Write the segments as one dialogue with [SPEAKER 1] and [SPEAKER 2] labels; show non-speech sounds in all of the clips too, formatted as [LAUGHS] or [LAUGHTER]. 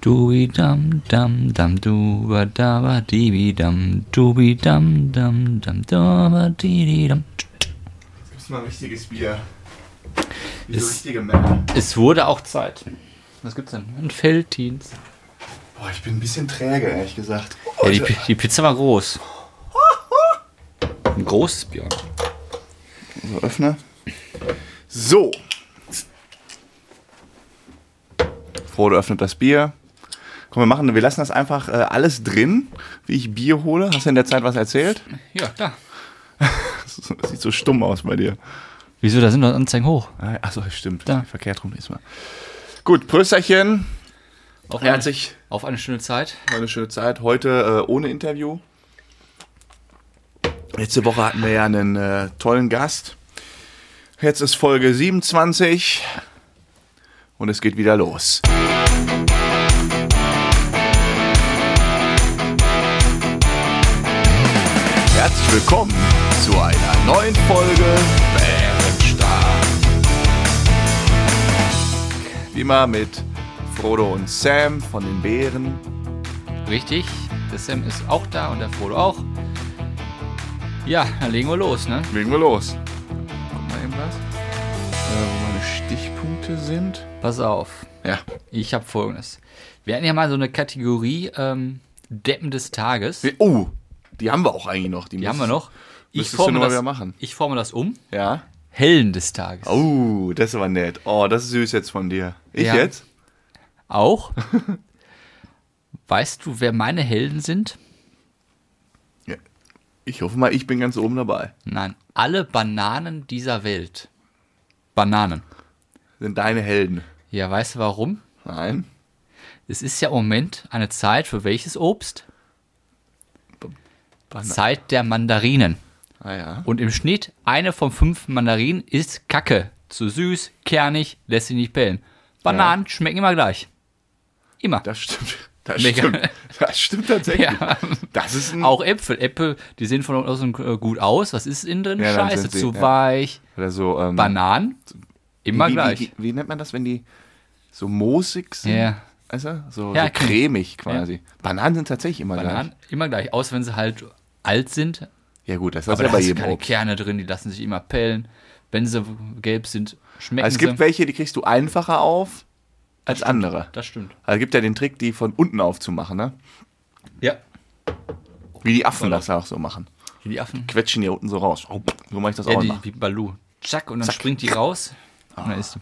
[SPEAKER 1] Dubi dam dam dam duba daba dibi dam dubi dam dam dam daba dibi dam.
[SPEAKER 2] Jetzt gibt's mal ein richtiges Bier. Wie so
[SPEAKER 1] Ist-
[SPEAKER 2] richtige Männer.
[SPEAKER 1] Es wurde auch Zeit. Was gibt's denn? Ein Felddienst.
[SPEAKER 2] Boah, ich bin ein bisschen träge, ehrlich gesagt.
[SPEAKER 1] Ja, die, Pi- die Pizza war groß. Ein großes Bier.
[SPEAKER 2] So, Öffner. So. Frodo öffnet das Bier. Komm, wir machen, wir lassen das einfach äh, alles drin, wie ich Bier hole. Hast du in der Zeit was erzählt?
[SPEAKER 1] Ja, klar.
[SPEAKER 2] Das ist- das sieht so stumm aus bei dir.
[SPEAKER 1] Wieso, da sind doch Anzeigen hoch.
[SPEAKER 2] Achso, Ah, stimmt.
[SPEAKER 1] Da.
[SPEAKER 2] Verkehrt rum diesmal. Gut, Prösterchen.
[SPEAKER 1] Auf,
[SPEAKER 2] Er hat sich
[SPEAKER 1] auf eine schöne Zeit.
[SPEAKER 2] War eine schöne Zeit. Heute äh, ohne Interview. Letzte Woche hatten wir ja einen äh, tollen Gast. Jetzt ist Folge 27 und es geht wieder los. Herzlich willkommen zu einer neuen Folge Bärenstark. Wie immer mit Frodo und Sam von den Bären.
[SPEAKER 1] Richtig. Der Sam ist auch da und der Frodo auch. Ja, dann legen wir los, ne?
[SPEAKER 2] Legen wir los. Guck mal eben was. Äh, wo meine Stichpunkte sind.
[SPEAKER 1] Pass auf.
[SPEAKER 2] Ja.
[SPEAKER 1] Ich habe folgendes. Wir hatten ja mal so eine Kategorie ähm, Deppen des Tages. Die
[SPEAKER 2] Oh, die haben wir auch eigentlich noch. Die,
[SPEAKER 1] haben wir noch. Ich
[SPEAKER 2] müsstest du
[SPEAKER 1] forme,
[SPEAKER 2] nur mal
[SPEAKER 1] das,
[SPEAKER 2] wieder machen.
[SPEAKER 1] ich forme das um.
[SPEAKER 2] Ja.
[SPEAKER 1] Helden des Tages.
[SPEAKER 2] Oh, das ist aber nett. Oh, das ist süß jetzt von dir. Ich
[SPEAKER 1] Ja.
[SPEAKER 2] jetzt? [LAUGHS]
[SPEAKER 1] Auch. weißt du, wer meine Helden sind?
[SPEAKER 2] Ja. Ich hoffe mal, ich bin ganz oben dabei.
[SPEAKER 1] Nein, alle Bananen dieser Welt. Bananen.
[SPEAKER 2] Sind deine Helden?
[SPEAKER 1] Ja, weißt du warum?
[SPEAKER 2] Nein.
[SPEAKER 1] Es ist ja im Moment eine Zeit für welches Obst?
[SPEAKER 2] Bana-
[SPEAKER 1] Zeit der Mandarinen.
[SPEAKER 2] Ah ja.
[SPEAKER 1] Und im Schnitt eine von fünf Mandarinen ist Kacke. Zu süß, kernig, lässt sich nicht pellen. Bananen schmecken immer gleich. Immer.
[SPEAKER 2] Das stimmt. Das
[SPEAKER 1] Mega.
[SPEAKER 2] stimmt. Das stimmt tatsächlich.
[SPEAKER 1] Ja.
[SPEAKER 2] Das ist ein.
[SPEAKER 1] Auch Äpfel. Äpfel, die sehen von außen äh, gut aus. Was ist innen drin?
[SPEAKER 2] Ja, dann
[SPEAKER 1] Scheiße,
[SPEAKER 2] sind sie,
[SPEAKER 1] zu
[SPEAKER 2] ja.
[SPEAKER 1] weich.
[SPEAKER 2] Oder so. Ähm,
[SPEAKER 1] Bananen, immer
[SPEAKER 2] wie,
[SPEAKER 1] gleich.
[SPEAKER 2] Wie, wie, wie nennt man das, wenn die so moosig sind?
[SPEAKER 1] Ja.
[SPEAKER 2] Weißt du? So,
[SPEAKER 1] Ja, kenn
[SPEAKER 2] so
[SPEAKER 1] ich.
[SPEAKER 2] cremig quasi. Bananen sind tatsächlich immer
[SPEAKER 1] Bananen, immer gleich. Außer wenn sie halt alt sind.
[SPEAKER 2] gleich. Ja gut, das hast
[SPEAKER 1] Aber
[SPEAKER 2] du ja
[SPEAKER 1] da
[SPEAKER 2] bei
[SPEAKER 1] hast du
[SPEAKER 2] jedem
[SPEAKER 1] keine
[SPEAKER 2] Obst.
[SPEAKER 1] Kerne drin, die lassen sich immer pellen. Wenn sie gelb sind, schmecken
[SPEAKER 2] Also es gibt
[SPEAKER 1] sie.
[SPEAKER 2] welche, die kriegst du einfacher auf als andere.
[SPEAKER 1] Das stimmt.
[SPEAKER 2] Also es gibt ja den Trick, die von unten aufzumachen, ne?
[SPEAKER 1] Ja.
[SPEAKER 2] Wie die Affen das auch so machen.
[SPEAKER 1] Wie die Affen.
[SPEAKER 2] Quetschen hier unten so raus. So mache ich das
[SPEAKER 1] Ja,
[SPEAKER 2] auch
[SPEAKER 1] die,
[SPEAKER 2] immer.
[SPEAKER 1] wie Balu. Zack, und dann springt die raus. Und dann ist sie.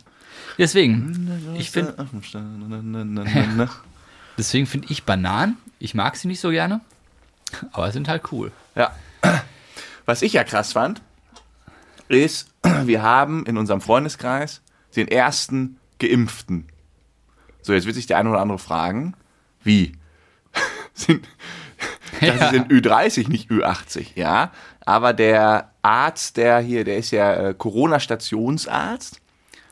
[SPEAKER 1] Deswegen, ich
[SPEAKER 2] [LAUGHS]
[SPEAKER 1] finde deswegen finde ich Bananen, ich mag sie nicht so gerne, aber sind halt cool.
[SPEAKER 2] Ja. Was ich ja krass fand, ist, [CLEARS THROAT] wir haben in unserem Freundeskreis den ersten Geimpften. So, jetzt wird sich der eine oder andere fragen, wie? [LAUGHS] Sind, das
[SPEAKER 1] Ja.
[SPEAKER 2] ist in Ü30, nicht Ü80, ja. Aber der Arzt, der hier, der ist ja äh, Corona-Stationsarzt,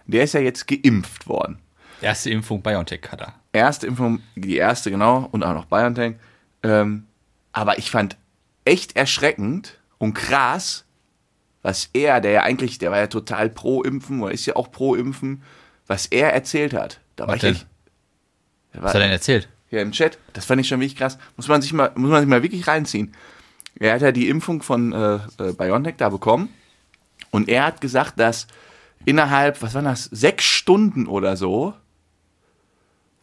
[SPEAKER 2] der ist ja jetzt geimpft worden.
[SPEAKER 1] Erste Impfung BioNTech hat er.
[SPEAKER 2] Erste Impfung, die erste, genau, und auch noch BioNTech. Ähm, aber ich fand echt erschreckend und krass, was er, der ja eigentlich, der war ja total pro Impfen oder ist ja auch pro Impfen, was er erzählt hat. Da war
[SPEAKER 1] Was
[SPEAKER 2] ich
[SPEAKER 1] denn?
[SPEAKER 2] echt. Da
[SPEAKER 1] Was
[SPEAKER 2] war,
[SPEAKER 1] hat er denn erzählt?
[SPEAKER 2] ja, im Chat, das fand ich schon wirklich krass. Muss man sich mal, muss man sich mal wirklich reinziehen. Er hat ja die Impfung von äh, äh, BioNTech da bekommen und er hat gesagt, dass innerhalb, was waren das, sechs Stunden oder so,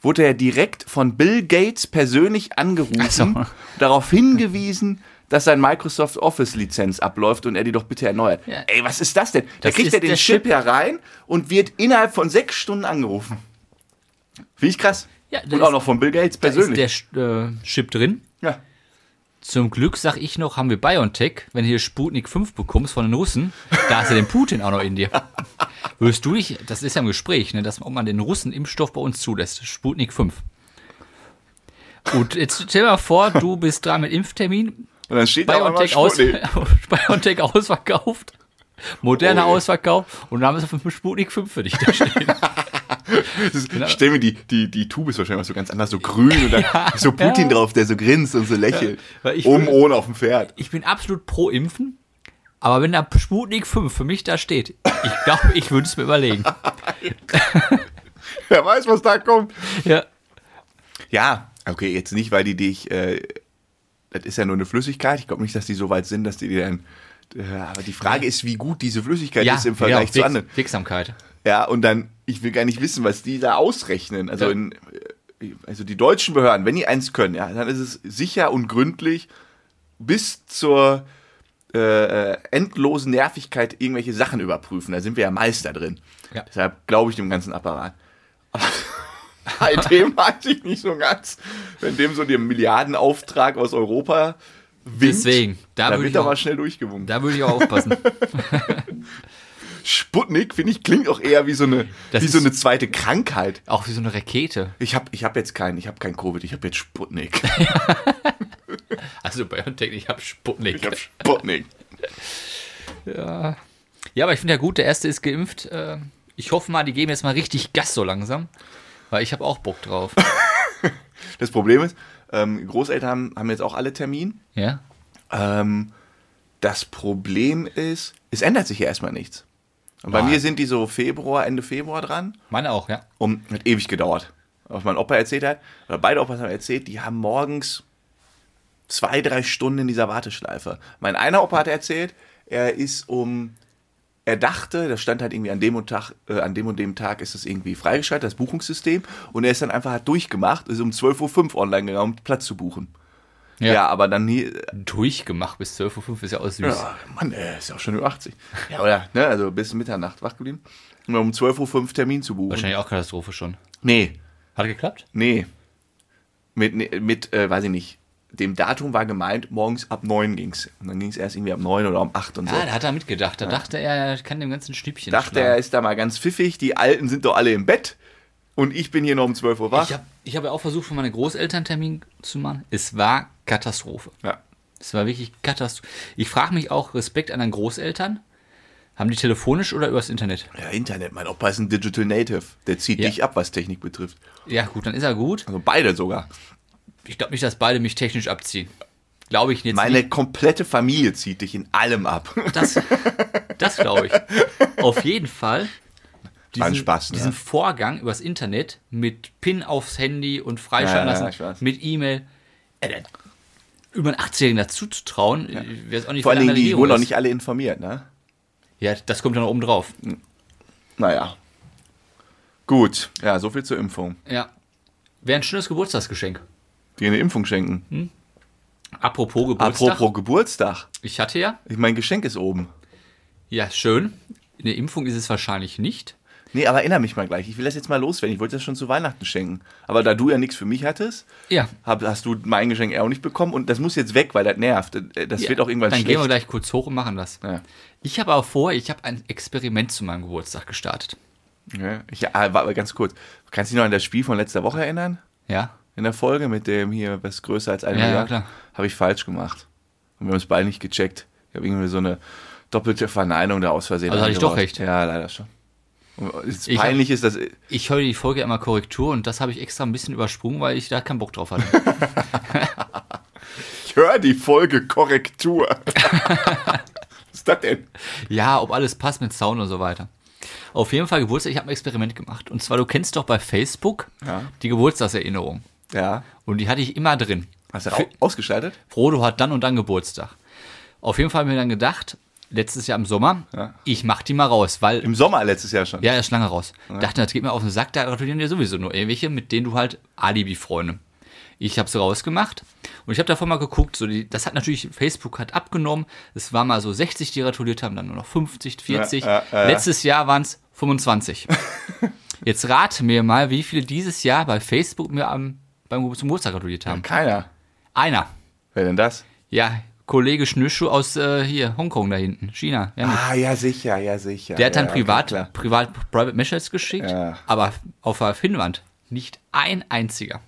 [SPEAKER 2] wurde er direkt von Bill Gates persönlich angerufen,
[SPEAKER 1] Ach so.
[SPEAKER 2] darauf hingewiesen, dass sein Microsoft Office Lizenz abläuft und er die doch bitte erneuert.
[SPEAKER 1] Ja.
[SPEAKER 2] Ey, was ist das denn? Da
[SPEAKER 1] Das
[SPEAKER 2] kriegt
[SPEAKER 1] ist
[SPEAKER 2] er den
[SPEAKER 1] der
[SPEAKER 2] Chip
[SPEAKER 1] Chip.
[SPEAKER 2] ja rein und wird innerhalb von sechs Stunden angerufen. Finde ich krass.
[SPEAKER 1] Ja,
[SPEAKER 2] und
[SPEAKER 1] da
[SPEAKER 2] auch
[SPEAKER 1] ist-
[SPEAKER 2] noch von Bill Gates
[SPEAKER 1] Da ist
[SPEAKER 2] persönlich.
[SPEAKER 1] der Sch- äh, Chip drin.
[SPEAKER 2] Ja.
[SPEAKER 1] Zum Glück, sag ich noch, haben wir BioNTech. Wenn du hier Sputnik 5 bekommst von den Russen, da hast du den Putin auch noch in dir. Würdest du dich, das ist ja im Gespräch, ne, dass ob man den Russen Impfstoff bei uns zulässt, Sputnik 5. Und jetzt stell dir mal vor, du bist dran mit Impftermin,
[SPEAKER 2] Und dann steht da auch noch
[SPEAKER 1] BioNTech, aus, [LAUGHS]
[SPEAKER 2] Sputnik.
[SPEAKER 1] BioNTech ausverkauft, Moderna
[SPEAKER 2] Oh je.
[SPEAKER 1] ausverkauft und dann haben sie Sputnik 5 für dich da stehen. Genau.
[SPEAKER 2] Ich stell mir die, die, die Tube ist wahrscheinlich auch so ganz anders, so grün
[SPEAKER 1] [LAUGHS]
[SPEAKER 2] und dann ist so Putin drauf, der so grinst und so lächelt.
[SPEAKER 1] Weil ich
[SPEAKER 2] Oben
[SPEAKER 1] würde-
[SPEAKER 2] ohne auf dem Pferd.
[SPEAKER 1] [LAUGHS]
[SPEAKER 2] [LAUGHS]
[SPEAKER 1] ich bin absolut pro Impfen, aber wenn da Sputnik 5 für mich da steht, ich glaube, ich würde es mir überlegen.
[SPEAKER 2] Wer weiß, was da kommt.
[SPEAKER 1] [LAUGHS] Ja.
[SPEAKER 2] Ja, okay, jetzt nicht, weil die dich, äh, das ist ja nur eine Flüssigkeit. Ich glaube nicht, dass die so weit sind, dass die dir dann. Äh, aber die Frage ist, wie gut diese Flüssigkeit ist im
[SPEAKER 1] genau,
[SPEAKER 2] Vergleich zu
[SPEAKER 1] Wirks-
[SPEAKER 2] anderen.
[SPEAKER 1] Wirksamkeit.
[SPEAKER 2] Ja, und dann, ich will gar nicht wissen, was die da ausrechnen. Also,
[SPEAKER 1] Ja.
[SPEAKER 2] in, äh, also die deutschen Behörden, wenn die eins können, ja, dann ist es sicher und gründlich bis zur äh, äh, endlosen Nervigkeit irgendwelche Sachen überprüfen. Da sind wir ja Meister drin.
[SPEAKER 1] Ja.
[SPEAKER 2] Deshalb glaube ich dem ganzen Apparat. Aber [LAUGHS] bei dem weiß ich nicht so ganz. Wenn dem so der Milliardenauftrag aus Europa winkt,
[SPEAKER 1] Deswegen, da
[SPEAKER 2] da,
[SPEAKER 1] würde
[SPEAKER 2] wird
[SPEAKER 1] ich,
[SPEAKER 2] doch
[SPEAKER 1] auch-
[SPEAKER 2] mal schnell durchgewunken.
[SPEAKER 1] da würde ich auch [LAUGHS] aufpassen.
[SPEAKER 2] Sputnik, finde ich, klingt auch eher wie so eine,
[SPEAKER 1] Das
[SPEAKER 2] wie so
[SPEAKER 1] ist-
[SPEAKER 2] eine zweite Krankheit.
[SPEAKER 1] auch wie so eine Rakete.
[SPEAKER 2] Ich habe ich hab jetzt keinen, ich habe kein Covid, ich habe jetzt Sputnik. [LAUGHS]
[SPEAKER 1] Also Biontech, ich habe Sputnik.
[SPEAKER 2] Ich habe Sputnik.
[SPEAKER 1] Ja. ja, aber ich finde ja gut, der erste ist geimpft. Äh, Ich hoffe mal, die geben jetzt mal richtig Gas so langsam. Weil ich habe auch Bock [LAUGHS] drauf.
[SPEAKER 2] Das Problem ist, ähm, Großeltern haben jetzt auch alle Termin.
[SPEAKER 1] ja?
[SPEAKER 2] Ähm, das Problem ist, es ändert sich ja erstmal nichts. Und bei
[SPEAKER 1] Nein.
[SPEAKER 2] mir sind die so Februar, Ende Februar dran.
[SPEAKER 1] Meine auch, ja.
[SPEAKER 2] Und Um, hat ewig gedauert. Was mein Opa erzählt hat, oder beide Opas haben erzählt, die haben morgens zwei, drei Stunden in dieser Warteschleife. Mein einer Opa hat erzählt, er ist um, er dachte, das stand halt irgendwie an dem und Tag, äh, an dem und dem Tag ist es irgendwie freigeschaltet, das Buchungssystem, und er ist dann einfach halt durchgemacht, ist um 12.05 Uhr online gegangen, um Platz zu buchen. Ja,
[SPEAKER 1] Ja.
[SPEAKER 2] aber dann hier,
[SPEAKER 1] Durchgemacht bis 12.05 Uhr ist ja auch süß.
[SPEAKER 2] ja, Mann, ey, ist ja auch schon über 80. Ja, oder? Ne, also bis Mitternacht wach geblieben, um um 12.05 Uhr Termin zu buchen.
[SPEAKER 1] Wahrscheinlich auch Katastrophe schon.
[SPEAKER 2] Nee,
[SPEAKER 1] Hat geklappt?
[SPEAKER 2] Nee. Mit, nee, mit äh, weiß ich nicht, dem Datum war gemeint, morgens ab 9 ging's. Und dann ging's erst irgendwie ab 9 oder um 8 und so.
[SPEAKER 1] Ah, da hat er mitgedacht. Da dachte er, er kann dem ganzen Stübchen
[SPEAKER 2] Dachte er, ist da mal ganz pfiffig, die Alten sind doch alle im Bett und ich bin hier noch um 12 Uhr wach.
[SPEAKER 1] Ich habe ich hab ja auch versucht, für meine Großeltern einen Termin zu machen. Es war Katastrophe.
[SPEAKER 2] ja.
[SPEAKER 1] Es war wirklich Katastrophe. Ich frage mich auch, Respekt an deinen Großeltern. Haben die telefonisch oder übers Internet?
[SPEAKER 2] ja, Internet, mein Opa ist ein Digital Native. Der zieht
[SPEAKER 1] Ja.
[SPEAKER 2] dich ab, was Technik betrifft.
[SPEAKER 1] Ja, gut, dann ist er gut.
[SPEAKER 2] Also beide sogar.
[SPEAKER 1] Ich glaube nicht, dass beide mich technisch abziehen. Glaube ich jetzt
[SPEAKER 2] Meine
[SPEAKER 1] nicht.
[SPEAKER 2] komplette Familie zieht dich in allem [LAUGHS] ab.
[SPEAKER 1] Das, das glaube
[SPEAKER 2] [LAUGHS]
[SPEAKER 1] ich. Auf jeden Fall.
[SPEAKER 2] War ein Spaß, ne?
[SPEAKER 1] diesen Vorgang übers Internet mit PIN aufs Handy und freischalten
[SPEAKER 2] Ja, ja, ja, ich
[SPEAKER 1] lassen,
[SPEAKER 2] weiß.
[SPEAKER 1] mit E-Mail. Äh, das- Über einen 18-Jährigen dazu zu trauen, wäre es auch nicht
[SPEAKER 2] Vor
[SPEAKER 1] wer
[SPEAKER 2] allen
[SPEAKER 1] in der
[SPEAKER 2] Dingen, die
[SPEAKER 1] Regierung
[SPEAKER 2] wurden noch
[SPEAKER 1] ist.
[SPEAKER 2] nicht alle informiert, ne?
[SPEAKER 1] Ja, das kommt ja noch oben drauf.
[SPEAKER 2] Mhm. Naja. Gut. Ja, so viel zur Impfung.
[SPEAKER 1] Ja. Wäre ein schönes Geburtstagsgeschenk.
[SPEAKER 2] Dir eine Impfung schenken.
[SPEAKER 1] Apropos Geburtstag.
[SPEAKER 2] Apropos Geburtstag.
[SPEAKER 1] Ich hatte ja,
[SPEAKER 2] Ich mein Geschenk ist oben.
[SPEAKER 1] ja, schön. Eine Impfung ist es wahrscheinlich nicht.
[SPEAKER 2] Nee, aber erinnere mich mal gleich. Ich will das jetzt mal loswerden. Ich wollte das schon zu Weihnachten schenken. Aber da du ja nichts für mich hattest,
[SPEAKER 1] Ja.
[SPEAKER 2] hab, hast du mein Geschenk auch nicht bekommen. Und das muss jetzt weg, weil das nervt. Das wird auch irgendwann
[SPEAKER 1] Dann gehen wir
[SPEAKER 2] schlecht.
[SPEAKER 1] gleich kurz hoch und machen das.
[SPEAKER 2] Ja.
[SPEAKER 1] Ich habe aber vor, ich habe ein Experiment zu meinem Geburtstag gestartet.
[SPEAKER 2] Ja. Ich, ah, warte mal ganz kurz. Kannst du dich noch an das Spiel von letzter Woche erinnern?
[SPEAKER 1] Ja.
[SPEAKER 2] In der Folge mit dem hier, was größer als eine
[SPEAKER 1] Ja, ja,
[SPEAKER 2] Milliarde?
[SPEAKER 1] klar.
[SPEAKER 2] Habe ich falsch gemacht. Und wir haben es beide nicht gecheckt. Ich habe irgendwie so eine doppelte Verneinung da aus Versehen.
[SPEAKER 1] Also hatte ich doch
[SPEAKER 2] eingebaut.
[SPEAKER 1] recht.
[SPEAKER 2] Ja, leider schon. Und es
[SPEAKER 1] Ich hab-
[SPEAKER 2] peinlich ist, dass
[SPEAKER 1] Ich höre die Folge einmal Korrektur und das habe ich extra ein bisschen übersprungen, weil ich da keinen Bock drauf
[SPEAKER 2] [LAUGHS]
[SPEAKER 1] hatte.
[SPEAKER 2] Ich höre die Folge [LAUGHS] Korrektur. Was ist das denn?
[SPEAKER 1] ja, ob alles passt mit Sound und so weiter. Auf jeden Fall Geburtstag, ich habe ein Experiment gemacht. Und zwar, du kennst doch bei Facebook
[SPEAKER 2] Ja.
[SPEAKER 1] die Geburtstagserinnerung.
[SPEAKER 2] Ja.
[SPEAKER 1] Und die hatte ich immer drin.
[SPEAKER 2] Hast du au ausgeschaltet?
[SPEAKER 1] Frodo hat dann und dann Geburtstag. Auf jeden Fall habe ich mir dann gedacht, letztes Jahr im Sommer,
[SPEAKER 2] Ja.
[SPEAKER 1] ich mach die mal raus, weil
[SPEAKER 2] Im Sommer letztes Jahr schon.
[SPEAKER 1] Ja, er ist lange raus. Dachte, das geht mir auf den Sack, da gratulieren dir sowieso nur irgendwelche, mit denen du halt Alibi-Freunde. Ich hab's rausgemacht und ich habe davon mal geguckt, so die, das hat natürlich, Facebook hat abgenommen, es war mal so 60, die gratuliert haben, dann nur noch 50, 40.
[SPEAKER 2] Ja, ja, ja.
[SPEAKER 1] Letztes Jahr waren's
[SPEAKER 2] [LAUGHS]
[SPEAKER 1] 25. Jetzt rate mir mal, wie viele dieses Jahr bei Facebook mir am, beim zum Geburtstag gratuliert haben.
[SPEAKER 2] Keiner.
[SPEAKER 1] Einer.
[SPEAKER 2] Wer denn das?
[SPEAKER 1] Ja, Kollege Schnürschuh aus äh, hier, Hongkong da hinten, China. Ja,
[SPEAKER 2] Ah, ja, sicher, ja, sicher.
[SPEAKER 1] der hat
[SPEAKER 2] ja,
[SPEAKER 1] dann privat,
[SPEAKER 2] Okay, klar.
[SPEAKER 1] privat Private Messages geschickt,
[SPEAKER 2] Ja.
[SPEAKER 1] aber auf der Finnwand nicht ein einziger.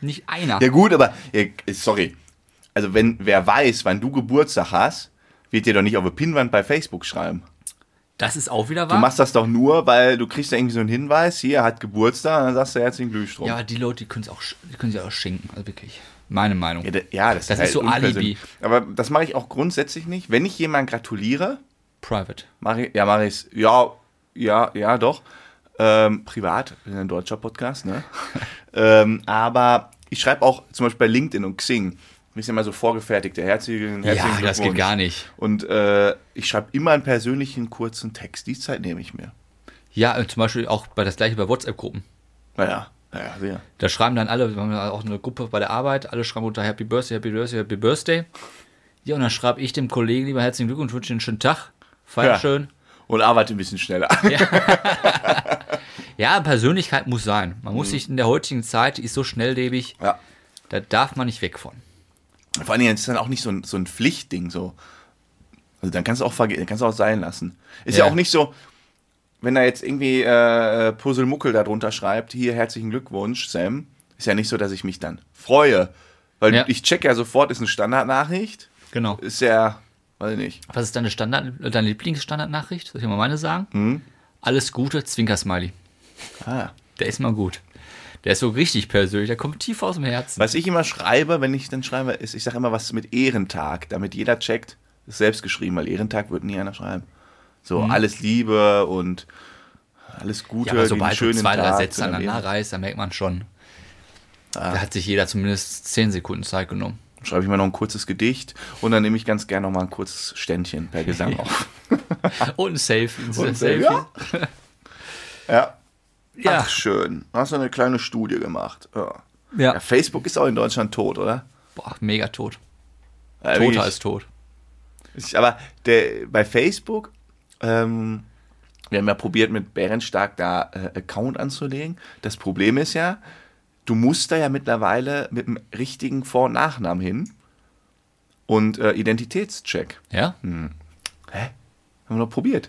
[SPEAKER 1] Nicht einer.
[SPEAKER 2] [LAUGHS] ja, gut, aber ja, sorry. Also, wenn wer weiß, wann du Geburtstag hast, wird dir doch nicht auf eine Pinwand bei Facebook schreiben.
[SPEAKER 1] Das ist auch wieder
[SPEAKER 2] Du
[SPEAKER 1] wahr.
[SPEAKER 2] machst das doch nur, weil du kriegst da irgendwie so einen Hinweis, hier hat Geburtstag, und dann sagst du herzlichen Glühstrom.
[SPEAKER 1] Ja, aber die Leute, die können es auch, sch- die können sich auch schenken. Also wirklich. Meine Meinung.
[SPEAKER 2] Ja, da- ja, das,
[SPEAKER 1] Das
[SPEAKER 2] halt
[SPEAKER 1] ist so
[SPEAKER 2] unpersönlich. Aber das mache ich auch grundsätzlich nicht. Wenn ich jemandem gratuliere,
[SPEAKER 1] Private.
[SPEAKER 2] Mach ich, ja, mache ich's. Ja, ja,
[SPEAKER 1] [LAUGHS]
[SPEAKER 2] ja, doch. Ähm, privat, wir sind ein deutscher Podcast, ne? ähm, aber ich schreibe auch zum Beispiel bei LinkedIn und Xing ein bisschen mal so vorgefertigte Herzlichen, herzlichen
[SPEAKER 1] Ja, das geht
[SPEAKER 2] Glückwunsch.
[SPEAKER 1] gar nicht.
[SPEAKER 2] Und äh, ich schreibe immer einen persönlichen kurzen Text. Die Zeit nehme ich mir.
[SPEAKER 1] Ja, und zum Beispiel auch bei das gleiche bei WhatsApp-Gruppen.
[SPEAKER 2] Naja, naja, sehr.
[SPEAKER 1] Da schreiben dann alle, wir haben ja auch eine Gruppe bei der Arbeit, alle schreiben unter Happy Birthday, Happy Birthday, Happy Birthday. Ja, und dann schreibe ich dem Kollegen lieber herzlichen Glückwunsch, wünsche dir einen schönen Tag. Feier
[SPEAKER 2] Ja.
[SPEAKER 1] schön.
[SPEAKER 2] Und arbeite ein bisschen schneller.
[SPEAKER 1] Ja, Persönlichkeit muss sein. Man
[SPEAKER 2] Mhm.
[SPEAKER 1] muss sich in der heutigen Zeit, die ist so schnelllebig,
[SPEAKER 2] Ja.
[SPEAKER 1] da darf man nicht weg von.
[SPEAKER 2] Vor allen Dingen, es ist dann auch nicht so ein, so ein Pflichtding so. Also dann kannst du auch verge- dann kannst du auch sein lassen. Ist ja,
[SPEAKER 1] Ja.
[SPEAKER 2] auch nicht so, wenn da jetzt irgendwie äh, Puzzlemuckel darunter schreibt, hier herzlichen Glückwunsch, Sam. Ist ja nicht so, dass ich mich dann freue. Weil
[SPEAKER 1] Ja.
[SPEAKER 2] ich check ja sofort, ist eine Standardnachricht.
[SPEAKER 1] Genau.
[SPEAKER 2] Ist ja, weiß ich nicht.
[SPEAKER 1] Was ist deine Standard, deine Lieblingsstandardnachricht? Soll ich mal meine sagen?
[SPEAKER 2] Mhm.
[SPEAKER 1] Alles Gute, Zwinker-Smiley.
[SPEAKER 2] Ah.
[SPEAKER 1] Der ist mal gut. Der ist so richtig persönlich, der kommt tief aus dem Herzen.
[SPEAKER 2] Was ich immer schreibe, wenn ich dann schreibe, ist, ich sage immer was mit Ehrentag, damit jeder checkt, ist selbst geschrieben, weil Ehrentag wird nie einer schreiben. So, alles Liebe und alles Gute,
[SPEAKER 1] Mhm. Ja, aber
[SPEAKER 2] den
[SPEAKER 1] sobald du
[SPEAKER 2] schönen
[SPEAKER 1] zwei, drei
[SPEAKER 2] Tag
[SPEAKER 1] Sätze
[SPEAKER 2] zu einem
[SPEAKER 1] aneinander reißt, dann merkt man schon,
[SPEAKER 2] Ah.
[SPEAKER 1] da hat sich jeder zumindest zehn Sekunden Zeit genommen.
[SPEAKER 2] schreibe ich mal noch ein kurzes Gedicht und dann nehme ich ganz gerne noch mal ein kurzes Ständchen
[SPEAKER 1] [LAUGHS]
[SPEAKER 2] per Gesang auf. Ah.
[SPEAKER 1] Und ein Selfie. Ein
[SPEAKER 2] Ja. ja.
[SPEAKER 1] Ja.
[SPEAKER 2] Ach, schön. Hast du eine kleine Studie gemacht. Ja.
[SPEAKER 1] Ja.
[SPEAKER 2] Ja, Facebook ist auch in Deutschland tot, oder?
[SPEAKER 1] Boah, mega tot.
[SPEAKER 2] Äh, wirklich.
[SPEAKER 1] Toter ist tot.
[SPEAKER 2] Ich, aber der, bei Facebook, ähm, wir haben ja probiert, mit Bärenstark da äh, Account anzulegen. Das Problem ist ja, du musst da ja mittlerweile mit dem richtigen Vor- und Nachnamen hin und äh, Identitätscheck.
[SPEAKER 1] Ja?
[SPEAKER 2] Mhm. Hä? Haben wir noch probiert.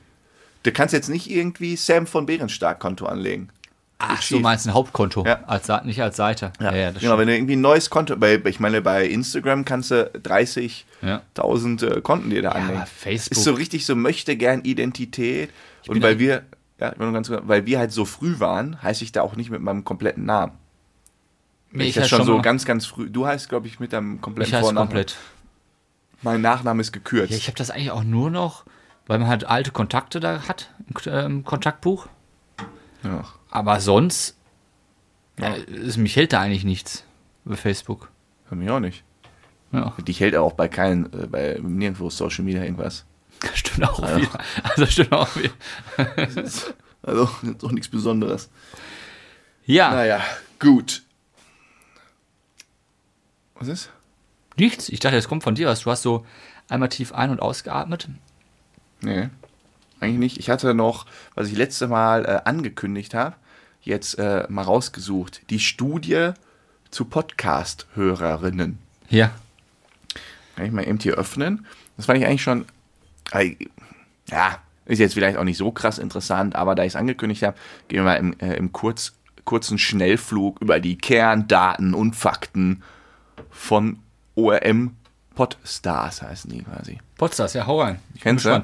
[SPEAKER 2] Du kannst jetzt nicht irgendwie Sam von Bärenstark Konto anlegen.
[SPEAKER 1] Ach,
[SPEAKER 2] schief.
[SPEAKER 1] so meinst du ein Hauptkonto.
[SPEAKER 2] Ja.
[SPEAKER 1] Als, Seite- nicht als Seite. Ja, ja, das
[SPEAKER 2] genau, wenn du irgendwie ein neues Konto, bei, ich meine, bei Instagram kannst du 30.000
[SPEAKER 1] Ja.
[SPEAKER 2] äh, Konten dir da
[SPEAKER 1] stimmt.
[SPEAKER 2] anlegen.
[SPEAKER 1] ja, Facebook.
[SPEAKER 2] ist so richtig so möchte gern Identität und
[SPEAKER 1] bin
[SPEAKER 2] weil
[SPEAKER 1] ein-
[SPEAKER 2] wir ja, ich bin nur ganz kurz, weil wir halt so früh waren, heiße ich da auch nicht mit meinem kompletten Namen.
[SPEAKER 1] mich
[SPEAKER 2] ich ja
[SPEAKER 1] heißt
[SPEAKER 2] schon so
[SPEAKER 1] mal-
[SPEAKER 2] ganz ganz früh. Du heißt glaube ich mit deinem
[SPEAKER 1] mich
[SPEAKER 2] kompletten
[SPEAKER 1] heißt
[SPEAKER 2] Vornamen.
[SPEAKER 1] komplett.
[SPEAKER 2] Mein Nachname ist gekürzt.
[SPEAKER 1] Ja, ich habe das eigentlich auch nur noch, weil man halt alte Kontakte da hat im K- ähm, Kontaktbuch.
[SPEAKER 2] Ja.
[SPEAKER 1] Aber sonst, ja. es, mich hält da eigentlich nichts über Facebook.
[SPEAKER 2] Bei mir auch nicht.
[SPEAKER 1] Ja, [LAUGHS]
[SPEAKER 2] Dich hält auch bei keinen äh, bei nirgendwo Social Media irgendwas.
[SPEAKER 1] das stimmt auch wieder. Also das stimmt auch wieder.
[SPEAKER 2] Also [LAUGHS] jetzt auch nichts Besonderes.
[SPEAKER 1] Ja,
[SPEAKER 2] Naja, gut. Was ist?
[SPEAKER 1] nichts. Ich dachte, das kommt von dir was. Du hast so einmal tief ein- und ausgeatmet.
[SPEAKER 2] Nee, eigentlich nicht. Ich hatte noch, was ich letzte Mal äh, angekündigt habe, jetzt äh, mal rausgesucht. Die Studie zu Podcast-Hörerinnen.
[SPEAKER 1] Ja.
[SPEAKER 2] Kann ich mal eben hier öffnen. Das fand ich eigentlich schon, äh, ja, ist jetzt vielleicht auch nicht so krass interessant, aber da ich es angekündigt habe, gehen wir mal im, äh, im kurz, kurzen Schnellflug über die Kerndaten und Fakten von ORM Podstars heißen die quasi.
[SPEAKER 1] Potsdam, ja, hau rein. Ich
[SPEAKER 2] Kennst du?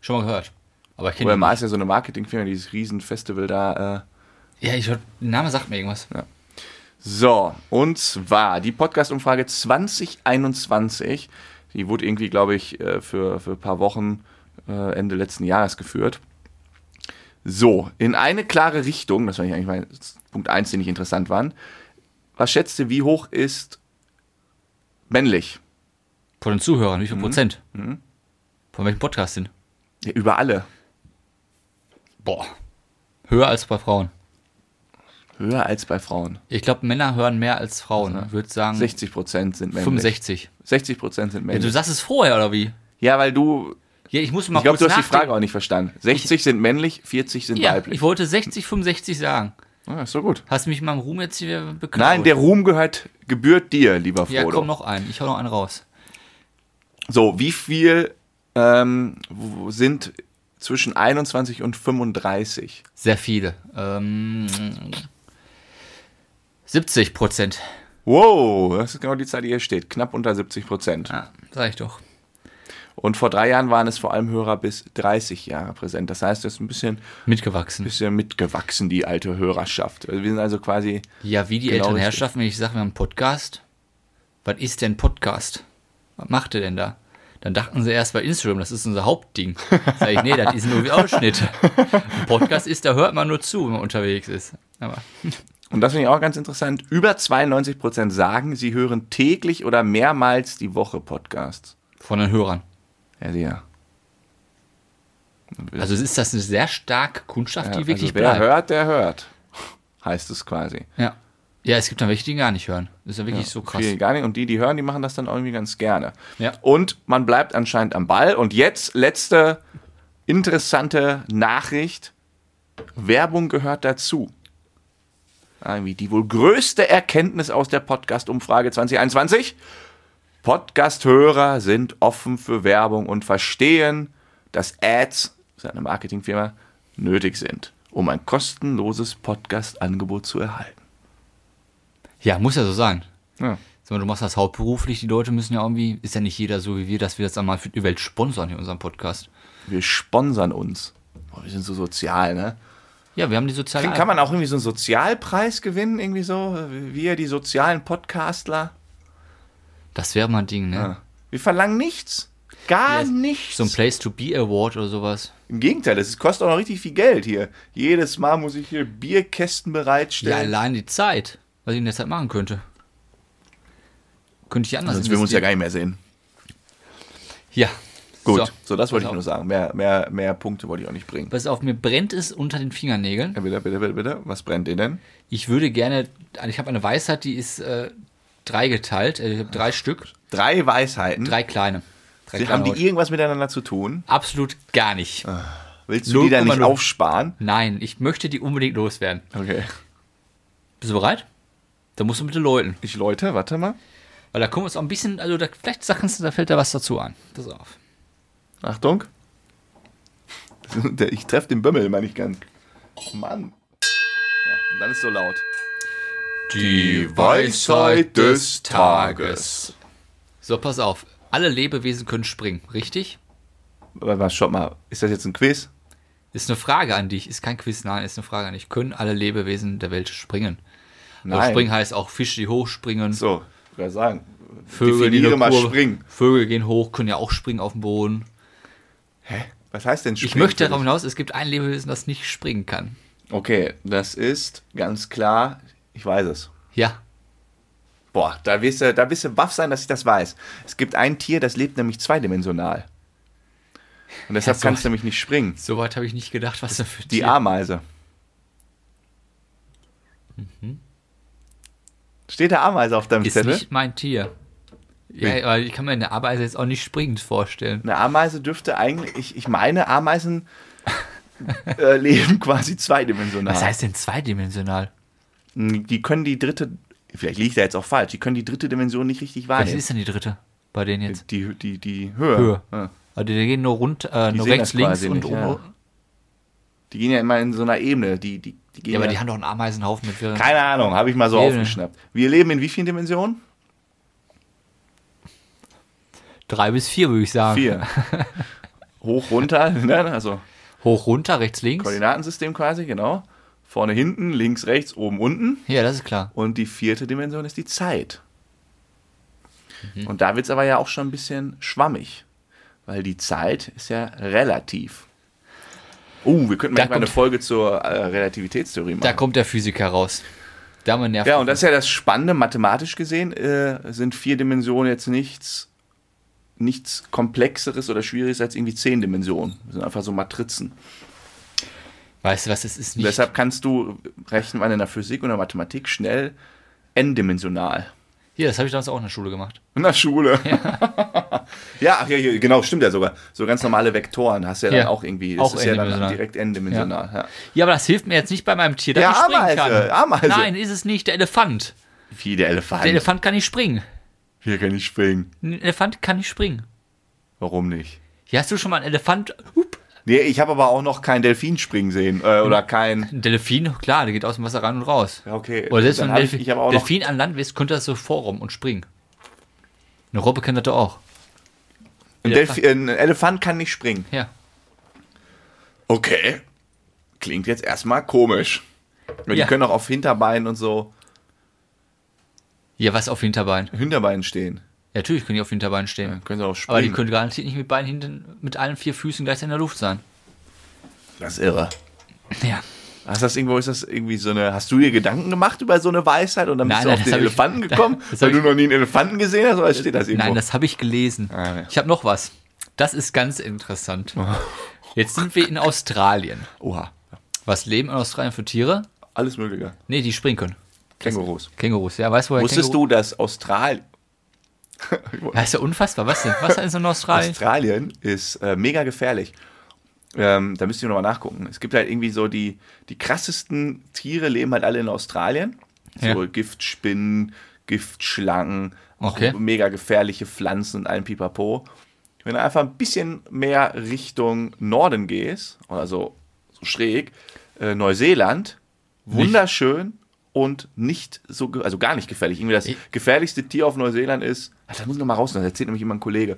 [SPEAKER 1] Schon mal gehört. Aber ich kenne
[SPEAKER 2] OMA ist ja so eine Marketingfirma, dieses Riesenfestival da. Äh,
[SPEAKER 1] Ja, ich hör, der Name sagt mir irgendwas.
[SPEAKER 2] So, und zwar die Podcast-Umfrage 2021. Die wurde irgendwie, glaube ich, äh, für, für ein paar Wochen äh, Ende letzten Jahres geführt. So, in eine klare Richtung, das war eigentlich mein Punkt 1, den ich interessant fand. Was schätzt ihr, wie hoch ist männlich?
[SPEAKER 1] Von den Zuhörern, wie viel Prozent? Von welchem Podcast denn?
[SPEAKER 2] Ja, über alle.
[SPEAKER 1] Boah. Höher als bei Frauen.
[SPEAKER 2] Höher als bei Frauen.
[SPEAKER 1] Ich glaube, Männer hören mehr als Frauen. Ich würde sagen
[SPEAKER 2] 60 Prozent sind männlich.
[SPEAKER 1] 65.
[SPEAKER 2] 60 Prozent sind
[SPEAKER 1] Ja, du
[SPEAKER 2] männlich.
[SPEAKER 1] sagst es vorher, oder wie?
[SPEAKER 2] Ja, weil du,
[SPEAKER 1] Ja, ich muss mal
[SPEAKER 2] ich glaube, du
[SPEAKER 1] kurz
[SPEAKER 2] hast die
[SPEAKER 1] nachdenken.
[SPEAKER 2] Frage auch nicht verstanden. 60 sind männlich, 40 sind
[SPEAKER 1] Ja,
[SPEAKER 2] weiblich.
[SPEAKER 1] ich wollte 60, 65 sagen.
[SPEAKER 2] Ah, ist so gut.
[SPEAKER 1] Hast du mich mal im Ruhm jetzt hier beklaut?
[SPEAKER 2] Nein, der Ruhm gehört, gebührt dir, lieber
[SPEAKER 1] Ja,
[SPEAKER 2] Frodo.
[SPEAKER 1] komm noch einen. Ich hau noch einen raus.
[SPEAKER 2] so, wie viel ähm, wo- sind zwischen 21 und 35?
[SPEAKER 1] Sehr viele. Ähm, 70 Prozent.
[SPEAKER 2] Wow, das ist genau die Zahl, die hier steht. Knapp unter 70 Prozent.
[SPEAKER 1] Ja, sag ich doch.
[SPEAKER 2] Und vor drei Jahren waren es vor allem Hörer bis 30 Jahre präsent. Das heißt, das ist ein bisschen,
[SPEAKER 1] Mitgewachsen.
[SPEAKER 2] bisschen mitgewachsen, die alte Hörerschaft. Also wir sind also quasi,
[SPEAKER 1] Ja, wie die
[SPEAKER 2] Genau
[SPEAKER 1] älteren
[SPEAKER 2] richtig.
[SPEAKER 1] Herrschaften, wenn ich sage, wir haben einen Podcast. Was ist denn Podcast? Was macht ihr denn da? Dann dachten sie erst bei Instagram, das ist unser Hauptding. Sag ich, nee, das ist nur wie Ausschnitte. Ein Podcast ist, da hört man nur zu, wenn man unterwegs ist. Aber
[SPEAKER 2] und das finde ich auch ganz interessant, über 92 Prozent sagen, sie hören täglich oder mehrmals die Woche Podcasts.
[SPEAKER 1] von den Hörern.
[SPEAKER 2] Ja, sehr.
[SPEAKER 1] Also ist das eine sehr starke Kundschaft, die
[SPEAKER 2] Ja,
[SPEAKER 1] wirklich
[SPEAKER 2] also wer
[SPEAKER 1] bleibt.
[SPEAKER 2] hört, der hört, [LAUGHS] heißt es quasi.
[SPEAKER 1] Ja. ja, es gibt dann welche, die gar nicht hören. Das ist ja wirklich so krass.
[SPEAKER 2] Viele gar nicht. Und die, die hören, die machen das dann irgendwie ganz gerne.
[SPEAKER 1] Ja.
[SPEAKER 2] Und man bleibt anscheinend am Ball. Und jetzt letzte interessante Nachricht. Werbung gehört dazu. Irgendwie die wohl größte Erkenntnis aus der Podcast-Umfrage 2021. Podcast-Hörer sind offen für Werbung und verstehen, dass Ads, das ist eine Marketingfirma, nötig sind, um ein kostenloses Podcast-Angebot zu erhalten.
[SPEAKER 1] Ja, muss ja so sein.
[SPEAKER 2] Ja.
[SPEAKER 1] Sag mal, du machst das hauptberuflich, die Leute müssen ja irgendwie, ist ja nicht jeder so wie wir, dass wir das einmal für die Welt sponsern in unserem Podcast.
[SPEAKER 2] Wir sponsern uns. Boah, wir sind so sozial, ne?
[SPEAKER 1] Ja, wir haben die soziale.
[SPEAKER 2] Kann man auch irgendwie so einen Sozialpreis gewinnen, irgendwie so? Wir, die sozialen Podcastler?
[SPEAKER 1] das wäre mal ein Ding, ne?
[SPEAKER 2] Ja. Wir verlangen nichts. Gar nichts.
[SPEAKER 1] So ein Place to Be Award oder sowas.
[SPEAKER 2] Im Gegenteil, das kostet auch noch richtig viel Geld hier. Jedes Mal muss ich hier Bierkästen
[SPEAKER 1] Ja,
[SPEAKER 2] bereitstellen.
[SPEAKER 1] allein die Zeit, was ich in der Zeit machen könnte. Könnte ich anders
[SPEAKER 2] Sonst würden wir uns ja
[SPEAKER 1] investieren.
[SPEAKER 2] gar nicht mehr sehen.
[SPEAKER 1] Ja.
[SPEAKER 2] Gut, so, das
[SPEAKER 1] Pass
[SPEAKER 2] wollte ich
[SPEAKER 1] auf.
[SPEAKER 2] nur sagen. Mehr, mehr, mehr Punkte wollte ich auch nicht bringen.
[SPEAKER 1] Pass auf, mir brennt es unter den Fingernägeln.
[SPEAKER 2] Ja, bitte, bitte, bitte, bitte. Was brennt dir denn?
[SPEAKER 1] Ich würde gerne, also ich habe eine Weisheit, die ist äh, dreigeteilt, äh, ich habe drei Stück,
[SPEAKER 2] Drei Weisheiten.
[SPEAKER 1] drei kleine. Drei
[SPEAKER 2] Sie-
[SPEAKER 1] kleine
[SPEAKER 2] Haben
[SPEAKER 1] heute.
[SPEAKER 2] die Ah. irgendwas miteinander zu tun?
[SPEAKER 1] Absolut gar nicht.
[SPEAKER 2] Willst du die dann nicht
[SPEAKER 1] 0,0.
[SPEAKER 2] aufsparen?
[SPEAKER 1] Nein, ich möchte die unbedingt loswerden.
[SPEAKER 2] Okay.
[SPEAKER 1] Bist du bereit? Dann musst du bitte läuten.
[SPEAKER 2] Ich läute, warte mal.
[SPEAKER 1] Weil da kommen uns auch ein bisschen, also da, vielleicht sagst du, da fällt da was dazu an. Pass auf.
[SPEAKER 2] Achtung. [LAUGHS] Ich treffe den Bömmel immer nicht ganz. Mann. Ja, und dann ist so laut.
[SPEAKER 1] Die
[SPEAKER 2] Weisheit des Tages.
[SPEAKER 1] So, pass auf. Alle Lebewesen können springen, richtig?
[SPEAKER 2] Aber mal, schau mal, ist das jetzt ein Quiz?
[SPEAKER 1] Ist eine Frage an dich, ist kein Quiz, nein, ist eine Frage an dich. Können alle Lebewesen der Welt springen? Aber
[SPEAKER 2] Nein.
[SPEAKER 1] springen heißt auch Fische, die hochspringen,
[SPEAKER 2] So, ich kann sagen.
[SPEAKER 1] Vögel, die
[SPEAKER 2] definiere
[SPEAKER 1] eine
[SPEAKER 2] mal
[SPEAKER 1] Kurve-
[SPEAKER 2] springen.
[SPEAKER 1] Vögel gehen hoch, können ja auch springen auf dem Boden.
[SPEAKER 2] Was heißt denn springen?
[SPEAKER 1] Ich möchte
[SPEAKER 2] für
[SPEAKER 1] darauf
[SPEAKER 2] dich?
[SPEAKER 1] hinaus, es gibt ein Lebewesen, das nicht springen kann.
[SPEAKER 2] Okay, das ist ganz klar, ich weiß es.
[SPEAKER 1] Ja,
[SPEAKER 2] Boah, da wirst du, da wirst du baff sein, dass ich das weiß. Es gibt ein Tier, das lebt nämlich zweidimensional. Und deshalb
[SPEAKER 1] Ja, so-
[SPEAKER 2] kann es nämlich nicht springen.
[SPEAKER 1] soweit habe ich nicht gedacht, was da für
[SPEAKER 2] Die
[SPEAKER 1] Tier-
[SPEAKER 2] Ameise. Steht der Ameise auf deinem
[SPEAKER 1] Mhm. ist
[SPEAKER 2] Zettel?
[SPEAKER 1] nicht mein Tier.
[SPEAKER 2] Wie?
[SPEAKER 1] Ja, aber ich kann mir eine Ameise jetzt auch nicht springend vorstellen.
[SPEAKER 2] Eine Ameise dürfte eigentlich, ich, ich meine, Ameisen äh, [LAUGHS] leben quasi zweidimensional.
[SPEAKER 1] Was heißt denn zweidimensional?
[SPEAKER 2] Die können die dritte, vielleicht liege ich da jetzt auch falsch, die können die dritte Dimension nicht richtig
[SPEAKER 1] Was
[SPEAKER 2] wahrnehmen.
[SPEAKER 1] Ah, ist denn die dritte bei denen jetzt?
[SPEAKER 2] Die, die, die Höhe.
[SPEAKER 1] Höhe.
[SPEAKER 2] Ja.
[SPEAKER 1] Also die gehen nur rund, äh, nur
[SPEAKER 2] sehen
[SPEAKER 1] rechts,
[SPEAKER 2] das
[SPEAKER 1] links
[SPEAKER 2] quasi
[SPEAKER 1] und
[SPEAKER 2] nicht,
[SPEAKER 1] oben.
[SPEAKER 2] ja. Die gehen ja immer in so einer Ebene. Die, die, die gehen
[SPEAKER 1] Ja, aber die haben doch einen Ameisenhaufen mit äh, Wirren.
[SPEAKER 2] keine Ahnung, habe ich mal so
[SPEAKER 1] Ebene.
[SPEAKER 2] aufgeschnappt. Wir leben in wie vielen Dimensionen?
[SPEAKER 1] Drei bis vier, würde ich sagen. [LAUGHS]
[SPEAKER 2] Vier. Hoch, runter, ne? also
[SPEAKER 1] Hoch, runter, rechts, links.
[SPEAKER 2] Koordinatensystem quasi, genau. Vorne, hinten, links, rechts, oben, unten.
[SPEAKER 1] Ja, das ist klar.
[SPEAKER 2] Und die vierte Dimension ist die Zeit.
[SPEAKER 1] Mhm.
[SPEAKER 2] Und da wird es aber ja auch schon ein bisschen schwammig, weil die Zeit ist ja relativ. Oh, wir könnten
[SPEAKER 1] Da
[SPEAKER 2] mal eine
[SPEAKER 1] kommt-
[SPEAKER 2] Folge zur äh, Relativitätstheorie
[SPEAKER 1] Da
[SPEAKER 2] machen.
[SPEAKER 1] kommt der Physiker raus. Da haben wir Nerven.
[SPEAKER 2] Ja, und das ist ja das Spannende, mathematisch gesehen äh, sind vier Dimensionen jetzt nichts, nichts Komplexeres oder Schwieriges als irgendwie zehn Dimensionen. Das sind einfach so Matrizen.
[SPEAKER 1] weißt du was, es ist
[SPEAKER 2] Und
[SPEAKER 1] nicht.
[SPEAKER 2] deshalb kannst du rechnen, man in der Physik und der Mathematik schnell n-dimensional.
[SPEAKER 1] Hier, das habe ich damals auch in der Schule gemacht.
[SPEAKER 2] In der Schule. Ja, ach [LAUGHS] ja, hier, genau, stimmt ja sogar. So ganz normale Vektoren hast du ja,
[SPEAKER 1] Ja,
[SPEAKER 2] dann auch irgendwie.
[SPEAKER 1] auch
[SPEAKER 2] ist ja dann
[SPEAKER 1] n-dimensional.
[SPEAKER 2] direkt n-dimensional. Ja.
[SPEAKER 1] Ja, aber das hilft mir jetzt nicht bei meinem Tier, dass
[SPEAKER 2] Ja,
[SPEAKER 1] ich springen
[SPEAKER 2] Ameise,
[SPEAKER 1] kann.
[SPEAKER 2] Ameise.
[SPEAKER 1] Nein, ist es nicht. Der Elefant.
[SPEAKER 2] Wie der Elefant.
[SPEAKER 1] Der Elefant kann nicht springen.
[SPEAKER 2] Hier kann ich springen.
[SPEAKER 1] Ein Elefant kann nicht springen.
[SPEAKER 2] Warum nicht?
[SPEAKER 1] Hier hast du schon mal einen Elefant. Hup.
[SPEAKER 2] Nee, ich habe aber auch noch keinen Delfin springen sehen. Äh, oder kein.
[SPEAKER 1] Ein Delfin, klar, der geht aus dem Wasser rein und raus.
[SPEAKER 2] Ja, okay.
[SPEAKER 1] Oder selbst
[SPEAKER 2] Dann
[SPEAKER 1] wenn ein
[SPEAKER 2] hab ich-
[SPEAKER 1] Delfin,
[SPEAKER 2] ich hab auch noch-
[SPEAKER 1] Delfin an Land ist, könnte das so vorrum und springen. Eine Robbe kann das doch auch.
[SPEAKER 2] Ein, Delfi- ein Elefant kann nicht springen.
[SPEAKER 1] Ja.
[SPEAKER 2] Okay. Klingt jetzt erstmal komisch. Weil
[SPEAKER 1] Ja.
[SPEAKER 2] Die können auch auf Hinterbeinen und so
[SPEAKER 1] Ja, was auf Hinterbein? Ja,
[SPEAKER 2] Hinterbeinen stehen.
[SPEAKER 1] natürlich können die auf Hinterbein stehen.
[SPEAKER 2] Dann können sie auch
[SPEAKER 1] Aber die
[SPEAKER 2] springen.
[SPEAKER 1] können garantiert nicht mit beiden hinten, mit allen vier Füßen gleichzeitig in der Luft sein.
[SPEAKER 2] das ist irre.
[SPEAKER 1] Ja.
[SPEAKER 2] Hast das irgendwo, ist das irgendwie so eine, hast du dir Gedanken gemacht über so eine Weisheit und dann bist
[SPEAKER 1] Nein,
[SPEAKER 2] du
[SPEAKER 1] nein, [LAUGHS] das
[SPEAKER 2] auf den
[SPEAKER 1] hab ich-
[SPEAKER 2] Elefanten gekommen,
[SPEAKER 1] das hab
[SPEAKER 2] weil du
[SPEAKER 1] ich-
[SPEAKER 2] noch nie einen Elefanten gesehen hast oder steht das irgendwo?
[SPEAKER 1] Nein, das habe ich gelesen.
[SPEAKER 2] Ah, ja. Oh.
[SPEAKER 1] Ich habe noch was. Das ist ganz interessant. Jetzt sind wir in Australien.
[SPEAKER 2] Oha,
[SPEAKER 1] Was leben in Australien für Tiere?
[SPEAKER 2] alles Mögliche.
[SPEAKER 1] Nee, die springen können.
[SPEAKER 2] Kängurus.
[SPEAKER 1] Kängurus, ja, weißt du, woher
[SPEAKER 2] Wusstest du, dass Australien,
[SPEAKER 1] du? Das ist ja unfassbar. Was denn? Was ist in Australien?
[SPEAKER 2] Australien ist äh, mega gefährlich? Ähm, da müsst ihr nochmal nachgucken. Es gibt halt irgendwie so die, die krassesten Tiere leben halt alle in Australien. So
[SPEAKER 1] Ja.
[SPEAKER 2] Giftspinnen, Giftschlangen, auch
[SPEAKER 1] Okay.
[SPEAKER 2] mega gefährliche Pflanzen und allem Pipapo. Wenn du einfach ein bisschen mehr Richtung Norden gehst, oder so, so schräg, äh, Neuseeland, wunderschön und nicht so, ge- also gar nicht gefährlich. Irgendwie das
[SPEAKER 1] Ich-
[SPEAKER 2] gefährlichste Tier auf Neuseeland ist, Ah, das muss ich nochmal raus, das erzählt nämlich immer ein Kollege.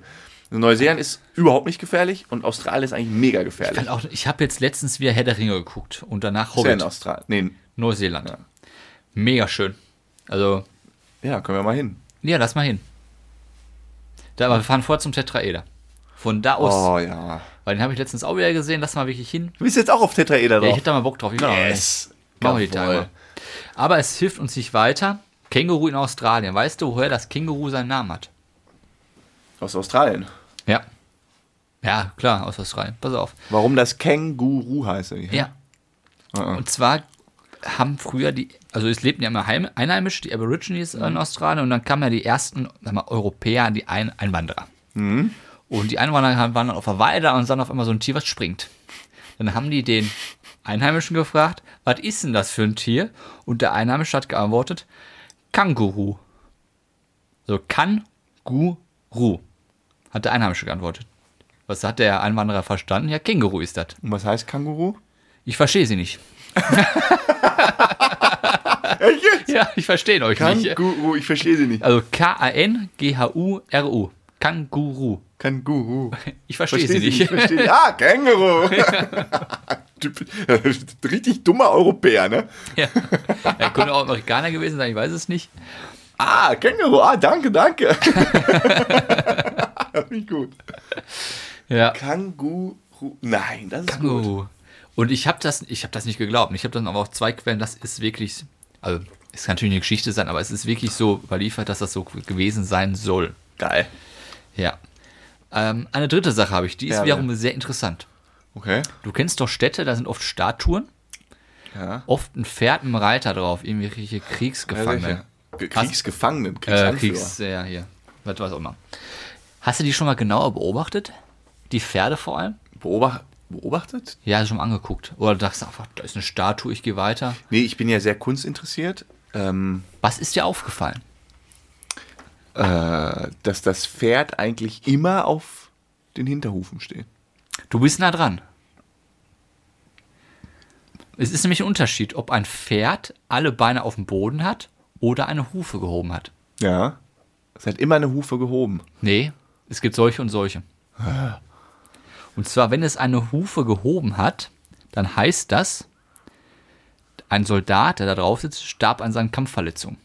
[SPEAKER 2] Also Neuseeland ist überhaupt nicht gefährlich und Australien ist eigentlich mega gefährlich.
[SPEAKER 1] Kann auch- Ich habe jetzt letztens wieder Herr der Ringe geguckt und danach
[SPEAKER 2] Ist ja in
[SPEAKER 1] Hobbit,
[SPEAKER 2] Australien. Nee,
[SPEAKER 1] Neuseeland. Mega schön. Also,
[SPEAKER 2] ja, können wir mal hin.
[SPEAKER 1] ja, lass mal hin. Da, aber wir fahren vor zum Tetraeder. Von da aus,
[SPEAKER 2] Oh. ja.
[SPEAKER 1] weil den habe ich letztens auch wieder gesehen, lass mal wirklich hin.
[SPEAKER 2] Du bist jetzt auch auf Tetraeder
[SPEAKER 1] Ja,
[SPEAKER 2] drauf.
[SPEAKER 1] ich hätte da mal Bock drauf. Ich war da noch nicht.
[SPEAKER 2] yes.
[SPEAKER 1] Machen wir die
[SPEAKER 2] Jawohl.
[SPEAKER 1] Tage. mal. Aber es hilft uns nicht weiter. Känguru in Australien. Weißt du, woher das Känguru seinen Namen hat?
[SPEAKER 2] Aus Australien.
[SPEAKER 1] Ja. Ja, klar, aus Australien. Pass auf.
[SPEAKER 2] Warum das Känguru heißt. Ja.
[SPEAKER 1] Ja. Und zwar haben früher die, also es lebten ja immer Heim, Einheimische, die Aborigines in Australien und dann kamen ja die ersten sag mal, Europäer, die ein Einwanderer. Und die Einwanderer haben- waren dann auf der Weide und sahen auf einmal so ein Tier, was springt. Dann haben die den Einheimischen gefragt, was ist denn das für ein Tier? Und der Einheimische hat geantwortet, Kanguru. So, Kanguru. Hat der Einheimische geantwortet. Was hat der Einwanderer verstanden? Ja, Känguru ist das.
[SPEAKER 2] Und was heißt Känguru?
[SPEAKER 1] Ich verstehe sie nicht. Ja, ich verstehe euch nicht.
[SPEAKER 2] Känguru, ich verstehe sie nicht.
[SPEAKER 1] Also K-A-N-G-H-U-R-U. Kanguru.
[SPEAKER 2] Känguru.
[SPEAKER 1] Ich verstehe sie nicht.
[SPEAKER 2] Ich verstehe sie. Ah, Känguru. [LAUGHS] Typisch- [LAUGHS] Richtig dummer Europäer, ne?
[SPEAKER 1] [LAUGHS] ja. Er könnte auch Amerikaner gewesen sein, ich weiß es nicht.
[SPEAKER 2] Ah, Känguru. Ah, danke, danke. [LAUGHS] Finde ich gut.
[SPEAKER 1] Ja.
[SPEAKER 2] Känguru. Nein, das ist gut.
[SPEAKER 1] Kanguru. Und ich habe das, ich hab das nicht geglaubt. Ich habe dann aber auch zwei Quellen, das ist wirklich, also es kann natürlich eine Geschichte sein, aber es ist wirklich so überliefert, dass das so gewesen sein soll.
[SPEAKER 2] Geil.
[SPEAKER 1] Ja. Ähm, eine dritte Sache habe ich, die ist
[SPEAKER 2] Ja,
[SPEAKER 1] wiederum sehr interessant.
[SPEAKER 2] Okay.
[SPEAKER 1] Du kennst doch Städte, da sind oft Statuen.
[SPEAKER 2] Ja.
[SPEAKER 1] oft ein Pferd mit einem Reiter drauf, irgendwelche Kriegsgefangene.
[SPEAKER 2] Ge- Kriegsgefangenen,
[SPEAKER 1] äh,
[SPEAKER 2] Kriegsanführer.
[SPEAKER 1] Kriegs, ja, hier. Was weiß auch immer. Hast du die schon mal genauer beobachtet? Die Pferde vor allem?
[SPEAKER 2] Beobacht, beobachtet?
[SPEAKER 1] Ja, schon mal angeguckt. Oder dachtest du einfach, da ist eine Statue, ich gehe weiter.
[SPEAKER 2] Nee, ich bin ja sehr kunstinteressiert. Ähm,
[SPEAKER 1] Was ist dir aufgefallen?
[SPEAKER 2] äh, dass das Pferd eigentlich immer auf den Hinterhufen steht.
[SPEAKER 1] Du bist nah dran. Es ist nämlich ein Unterschied, ob ein Pferd alle Beine auf dem Boden hat oder eine Hufe gehoben hat.
[SPEAKER 2] Ja. Es hat immer eine Hufe gehoben.
[SPEAKER 1] Nee, es gibt solche und solche. Und zwar, wenn es eine Hufe gehoben hat, dann heißt das, ein Soldat, der da drauf sitzt, starb an seinen Kampfverletzungen.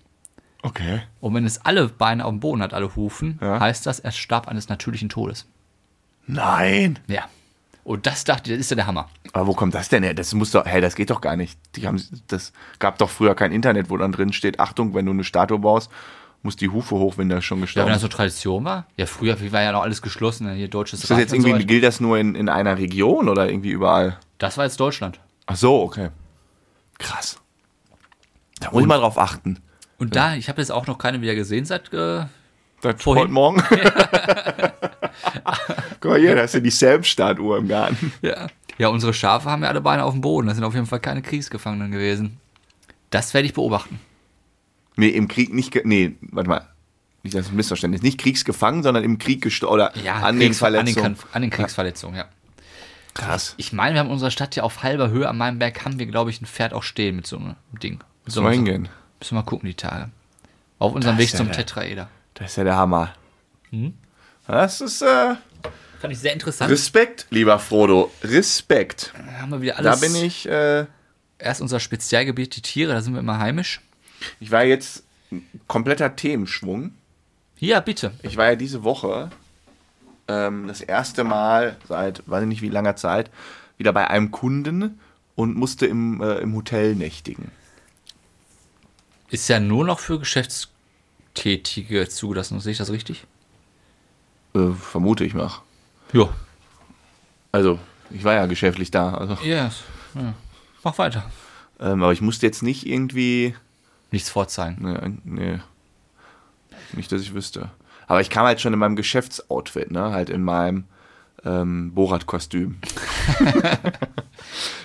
[SPEAKER 2] Okay.
[SPEAKER 1] Und wenn es alle Beine auf dem Boden hat, alle Hufen,
[SPEAKER 2] Ja.
[SPEAKER 1] heißt das, er starb eines natürlichen Todes.
[SPEAKER 2] Nein.
[SPEAKER 1] Ja. Und das dachte ich, das ist ja der Hammer.
[SPEAKER 2] Aber wo kommt das denn her? Das muss doch, hey, das geht doch gar nicht. Die haben, das gab doch früher kein Internet, wo dann drin steht, Achtung, wenn du eine Statue baust, muss die Hufe hoch, wenn der schon
[SPEAKER 1] Ja, wenn
[SPEAKER 2] gestorben
[SPEAKER 1] das
[SPEAKER 2] ist.
[SPEAKER 1] so Tradition war. Ja, früher war ja noch alles geschlossen, hier deutsches
[SPEAKER 2] Ist das jetzt
[SPEAKER 1] Reich und
[SPEAKER 2] irgendwie,
[SPEAKER 1] so weiter.
[SPEAKER 2] gilt das nur in, in einer Region oder irgendwie überall?
[SPEAKER 1] das war jetzt Deutschland.
[SPEAKER 2] Ach so, okay. Krass. Da muss ich mal drauf achten.
[SPEAKER 1] Und da, ich habe jetzt auch noch keine wieder gesehen seit, äh,
[SPEAKER 2] Das
[SPEAKER 1] Vorhin. [LAUGHS]
[SPEAKER 2] Heute Morgen. [LAUGHS] Guck mal hier, da hast du die Sam-Statue im Garten.
[SPEAKER 1] Ja. ja, unsere Schafe haben ja alle Beine auf dem Boden. Das sind auf jeden Fall keine Kriegsgefangenen gewesen. Das werde ich beobachten.
[SPEAKER 2] Nee, im Krieg nicht. ge- Nee, warte mal. Nicht das ist ein Missverständnis. Nicht kriegsgefangen, sondern im Krieg gestorben. Oder an den
[SPEAKER 1] Kriegs- An den,
[SPEAKER 2] Verletzungen.
[SPEAKER 1] Kampf- an den Kriegsverletzungen, ja.
[SPEAKER 2] Krass.
[SPEAKER 1] Ich meine, wir haben in unserer Stadt ja auf halber Höhe am Mainberg haben wir, glaube ich, ein Pferd auch stehen mit so einem Ding. Mit so
[SPEAKER 2] Müssen wir
[SPEAKER 1] einem-
[SPEAKER 2] hingehen.
[SPEAKER 1] Müssen wir mal gucken, die Tage. Auf unserem
[SPEAKER 2] Das
[SPEAKER 1] Weg
[SPEAKER 2] ist ja
[SPEAKER 1] zum
[SPEAKER 2] der-
[SPEAKER 1] Tetraeder.
[SPEAKER 2] Das ist ja der Hammer. Hm? Das ist äh,
[SPEAKER 1] Fand ich sehr interessant.
[SPEAKER 2] Respekt, lieber Frodo. Respekt.
[SPEAKER 1] Da haben wir wieder
[SPEAKER 2] Da
[SPEAKER 1] alles.
[SPEAKER 2] bin ich. Äh,
[SPEAKER 1] Erst unser Spezialgebiet, die Tiere, da sind wir immer heimisch.
[SPEAKER 2] ich war jetzt ein kompletter Themenschwung.
[SPEAKER 1] Ja, bitte.
[SPEAKER 2] Ich war ja diese Woche ähm, das erste Mal seit weiß ich nicht wie langer Zeit wieder bei einem Kunden und musste im, äh, im Hotel nächtigen.
[SPEAKER 1] Ist ja nur noch für Geschäftstätige zugelassen. Sehe ich das richtig?
[SPEAKER 2] Äh, vermute ich mal.
[SPEAKER 1] Ja.
[SPEAKER 2] Also, ich war ja geschäftlich da. Also,
[SPEAKER 1] Yes. Ja. Mach weiter.
[SPEAKER 2] ähm, aber ich musste jetzt nicht irgendwie.
[SPEAKER 1] Nichts vorzeigen.
[SPEAKER 2] Nee, nee. Ne, Nicht, dass ich wüsste. Aber ich kam halt schon in meinem Geschäftsoutfit, ne? Halt in meinem ähm, Borat-Kostüm.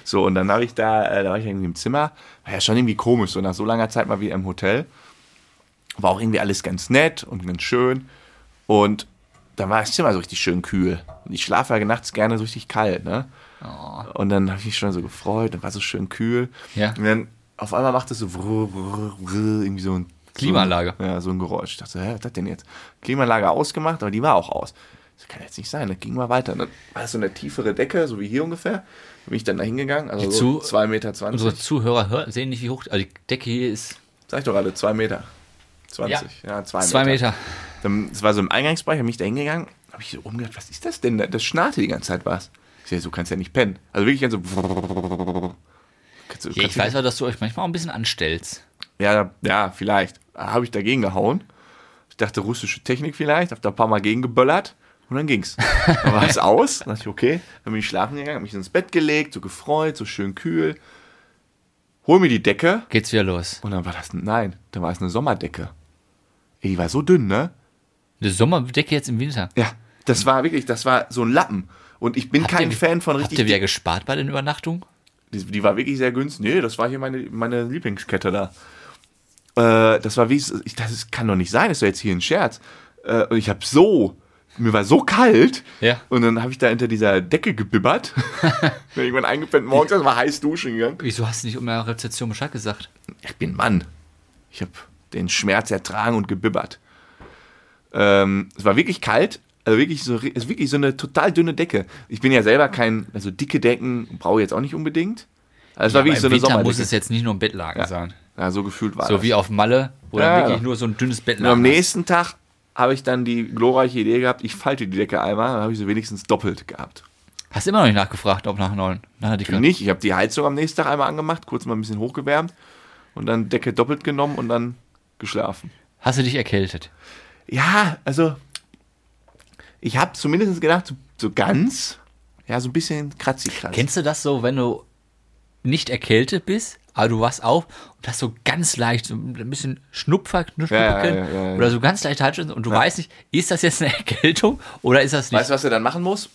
[SPEAKER 2] so, und dann habe ich da, äh, da war ich irgendwie im Zimmer. War ja schon irgendwie komisch, so nach so langer Zeit mal wieder im Hotel. War auch irgendwie alles ganz nett und ganz schön. Und dann war das Zimmer so richtig schön kühl. Und ich schlafe ja nachts gerne so richtig kalt, ne? Und dann habe ich mich schon so gefreut und war so schön kühl.
[SPEAKER 1] Oh. Ja.
[SPEAKER 2] Und dann auf einmal macht es so brr, brr, brr, irgendwie so ein
[SPEAKER 1] Klimaanlage.
[SPEAKER 2] So ein, ja, so ein Geräusch. Ich dachte, hä, was ist das denn jetzt? Klimaanlage ausgemacht, aber die war auch aus. Das kann jetzt nicht sein. Das ging mal weiter. Und dann war es so eine tiefere Decke, so wie hier ungefähr. Da bin ich dann da hingegangen, also so
[SPEAKER 1] zu-
[SPEAKER 2] 2,20 Meter.
[SPEAKER 1] Unsere Zuhörer hör- sehen nicht, wie hoch. Also die Decke hier ist
[SPEAKER 2] Sag ich doch gerade, 2 Meter. 20. Also, Ja, 2
[SPEAKER 1] zwei Meter.
[SPEAKER 2] dann, es war so im Eingangsbereich, habe ich da hingegangen, habe ich so umgedacht, was ist das denn? da? Das schnarrte die ganze Zeit was. Ich sag, so kannst du ja nicht pennen. Also wirklich ganz so. Kannst du-
[SPEAKER 1] Ja, ich
[SPEAKER 2] kannst du-
[SPEAKER 1] weiß ja, dass du euch manchmal auch ein bisschen anstellst.
[SPEAKER 2] ja, ja, vielleicht. Habe ich dagegen gehauen. Ich dachte, russische Technik vielleicht, habe da ein paar Mal gegengeböllert und dann ging's. Dann war
[SPEAKER 1] [LAUGHS]
[SPEAKER 2] es aus, dann dachte ich, okay. Dann bin ich schlafen gegangen, habe mich ins Bett gelegt, so gefreut, so schön kühl. Hol mir die Decke,
[SPEAKER 1] Geht's wieder los.
[SPEAKER 2] und dann war das, nein, dann war es eine Sommerdecke. Ey, die war so dünn, ne?
[SPEAKER 1] Eine Sommerdecke jetzt im Winter.
[SPEAKER 2] Ja, das war wirklich, das war so ein Lappen. Und ich bin kein
[SPEAKER 1] ihr-
[SPEAKER 2] Fan von
[SPEAKER 1] Habt
[SPEAKER 2] richtig.
[SPEAKER 1] ihr wieder gespart bei den Übernachtungen?
[SPEAKER 2] Die, die war wirklich sehr günstig. Nee, das war hier meine, meine Lieblingskette da. Äh, das war wie, ich, das kann doch nicht sein, das ist doch jetzt hier ein Scherz. Äh, und ich habe so, mir war so kalt.
[SPEAKER 1] Ja.
[SPEAKER 2] Und dann habe ich da hinter dieser
[SPEAKER 1] [LAUGHS]
[SPEAKER 2] Decke gebibbert. bin irgendwann eingepennt morgens, das war heiß duschen gegangen.
[SPEAKER 1] Wieso hast du nicht um der Rezeption Bescheid gesagt?
[SPEAKER 2] Ich bin Mann. Ich habe den Schmerz ertragen und gebibbert. Ähm, es war wirklich kalt, also wirklich so, es ist wirklich so eine total dünne Decke. Ich bin ja selber kein, also dicke Decken brauche ich jetzt auch nicht unbedingt. Also es war
[SPEAKER 1] Aber
[SPEAKER 2] wirklich
[SPEAKER 1] im
[SPEAKER 2] so eine
[SPEAKER 1] Winter
[SPEAKER 2] Sommerdecke.
[SPEAKER 1] muss es jetzt nicht nur ein Bettlaken sein.
[SPEAKER 2] ja, so gefühlt war
[SPEAKER 1] So
[SPEAKER 2] das.
[SPEAKER 1] wie auf Malle, wo
[SPEAKER 2] Ja,
[SPEAKER 1] dann wirklich
[SPEAKER 2] ja.
[SPEAKER 1] nur so ein dünnes
[SPEAKER 2] Und am
[SPEAKER 1] Bettlaken ist.
[SPEAKER 2] nächsten Tag habe ich dann die glorreiche Idee gehabt, ich falte die Decke einmal, dann habe ich sie wenigstens doppelt gehabt.
[SPEAKER 1] Hast du immer noch nicht nachgefragt, ob nach neun, nach einer Dicke.
[SPEAKER 2] Nicht, ich habe die Heizung am nächsten Tag einmal angemacht, kurz mal ein bisschen hochgewärmt und dann Decke doppelt genommen und dann geschlafen.
[SPEAKER 1] Hast du dich erkältet?
[SPEAKER 2] Ja, also ich habe zumindest gedacht, so, so ganz, ja, so ein bisschen kratzi-kratzi.
[SPEAKER 1] Kennst du das so, wenn du nicht erkältet bist, aber du wachst auf und hast so ganz leicht, so ein bisschen Schnupfer, Schnupfer
[SPEAKER 2] Ja, ja, ja, ja, ja.
[SPEAKER 1] oder so ganz leicht Halsschmerzen und du weißt nicht, ist das jetzt eine [LAUGHS] Erkältung oder ist das nicht?
[SPEAKER 2] Weißt du, was er dann machen muss?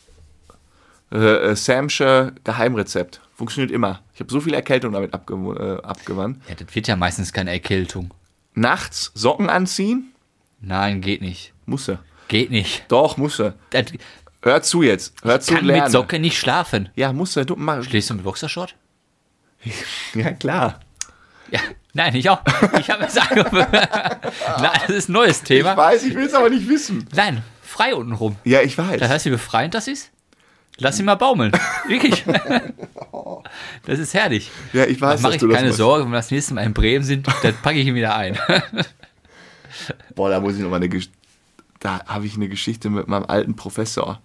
[SPEAKER 2] Äh, äh, Samsche Geheimrezept. Funktioniert immer. Ich habe so viel Erkältung damit abge äh, abgewandt.
[SPEAKER 1] ja, das wird ja meistens keine Erkältung.
[SPEAKER 2] Nachts Socken anziehen?
[SPEAKER 1] Nein, geht nicht.
[SPEAKER 2] Musse.
[SPEAKER 1] Geht nicht.
[SPEAKER 2] Doch, musse.
[SPEAKER 1] Das
[SPEAKER 2] Hör zu jetzt. Hör zu
[SPEAKER 1] kann
[SPEAKER 2] lernen.
[SPEAKER 1] mit Socke nicht schlafen.
[SPEAKER 2] Ja, musse. Du mach.
[SPEAKER 1] Schläfst du mit Boxershort?
[SPEAKER 2] Ja, klar.
[SPEAKER 1] Ja, [LAUGHS] nein, ich auch. Ich [LAUGHS] habe es angewöhnt. Nein, das ist ein neues
[SPEAKER 2] Ich
[SPEAKER 1] Thema.
[SPEAKER 2] weiß, ich will es aber nicht wissen.
[SPEAKER 1] Nein, frei unten rum.
[SPEAKER 2] Ja, ich weiß.
[SPEAKER 1] Das heißt, wie befreiend das ist? Lass ihn mal baumeln.
[SPEAKER 2] [LAUGHS]
[SPEAKER 1] Wirklich. Das ist herrlich.
[SPEAKER 2] ja, ich
[SPEAKER 1] Da
[SPEAKER 2] weiß,
[SPEAKER 1] mache ich
[SPEAKER 2] das
[SPEAKER 1] keine
[SPEAKER 2] machst.
[SPEAKER 1] Sorge, wenn wir das nächste Mal in Bremen sind, dann packe ich ihn wieder ein. [LAUGHS]
[SPEAKER 2] Boah, da muss ich nochmal eine Gesch Da habe ich eine Geschichte mit meinem alten Professor.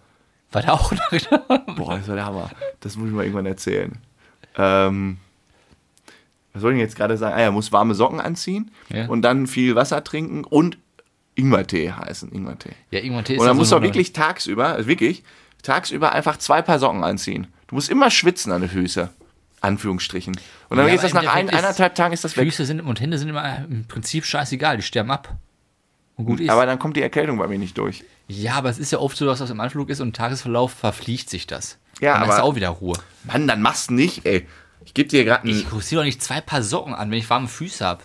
[SPEAKER 1] War da auch noch. [LAUGHS]
[SPEAKER 2] Boah, das war der Hammer. Das muss ich mal irgendwann erzählen. Ähm, was soll ich denn jetzt gerade sagen? Ah ja, muss warme Socken anziehen
[SPEAKER 1] Ja.
[SPEAKER 2] und dann viel Wasser trinken und Ingwertee heißen. Ingwertee.
[SPEAKER 1] Ja, irgendwann ist
[SPEAKER 2] und
[SPEAKER 1] das
[SPEAKER 2] dann musst du
[SPEAKER 1] so
[SPEAKER 2] auch
[SPEAKER 1] eine-
[SPEAKER 2] wirklich tagsüber, also wirklich, tagsüber einfach zwei Paar Socken anziehen. Du musst immer schwitzen an den Füßen. Anführungsstrichen. Und dann
[SPEAKER 1] Ja,
[SPEAKER 2] ist
[SPEAKER 1] aber
[SPEAKER 2] das
[SPEAKER 1] im
[SPEAKER 2] nach ein,
[SPEAKER 1] Endeffekt ist-
[SPEAKER 2] eineinhalb Tagen ist das weg.
[SPEAKER 1] Füße sind und Hände sind immer im Prinzip scheißegal, die sterben ab. Und gut ist.
[SPEAKER 2] Aber dann kommt die Erkältung bei mir nicht durch.
[SPEAKER 1] ja, aber es ist ja oft so, dass das im Anflug ist und im Tagesverlauf verfliegt sich das.
[SPEAKER 2] Ja,
[SPEAKER 1] dann hast du
[SPEAKER 2] aber-
[SPEAKER 1] auch wieder Ruhe.
[SPEAKER 2] Mann, dann mach's nicht, ey. Ich geb dir gerade einen.
[SPEAKER 1] Ich ziehe doch nicht zwei Paar Socken an, wenn ich warme Füße habe.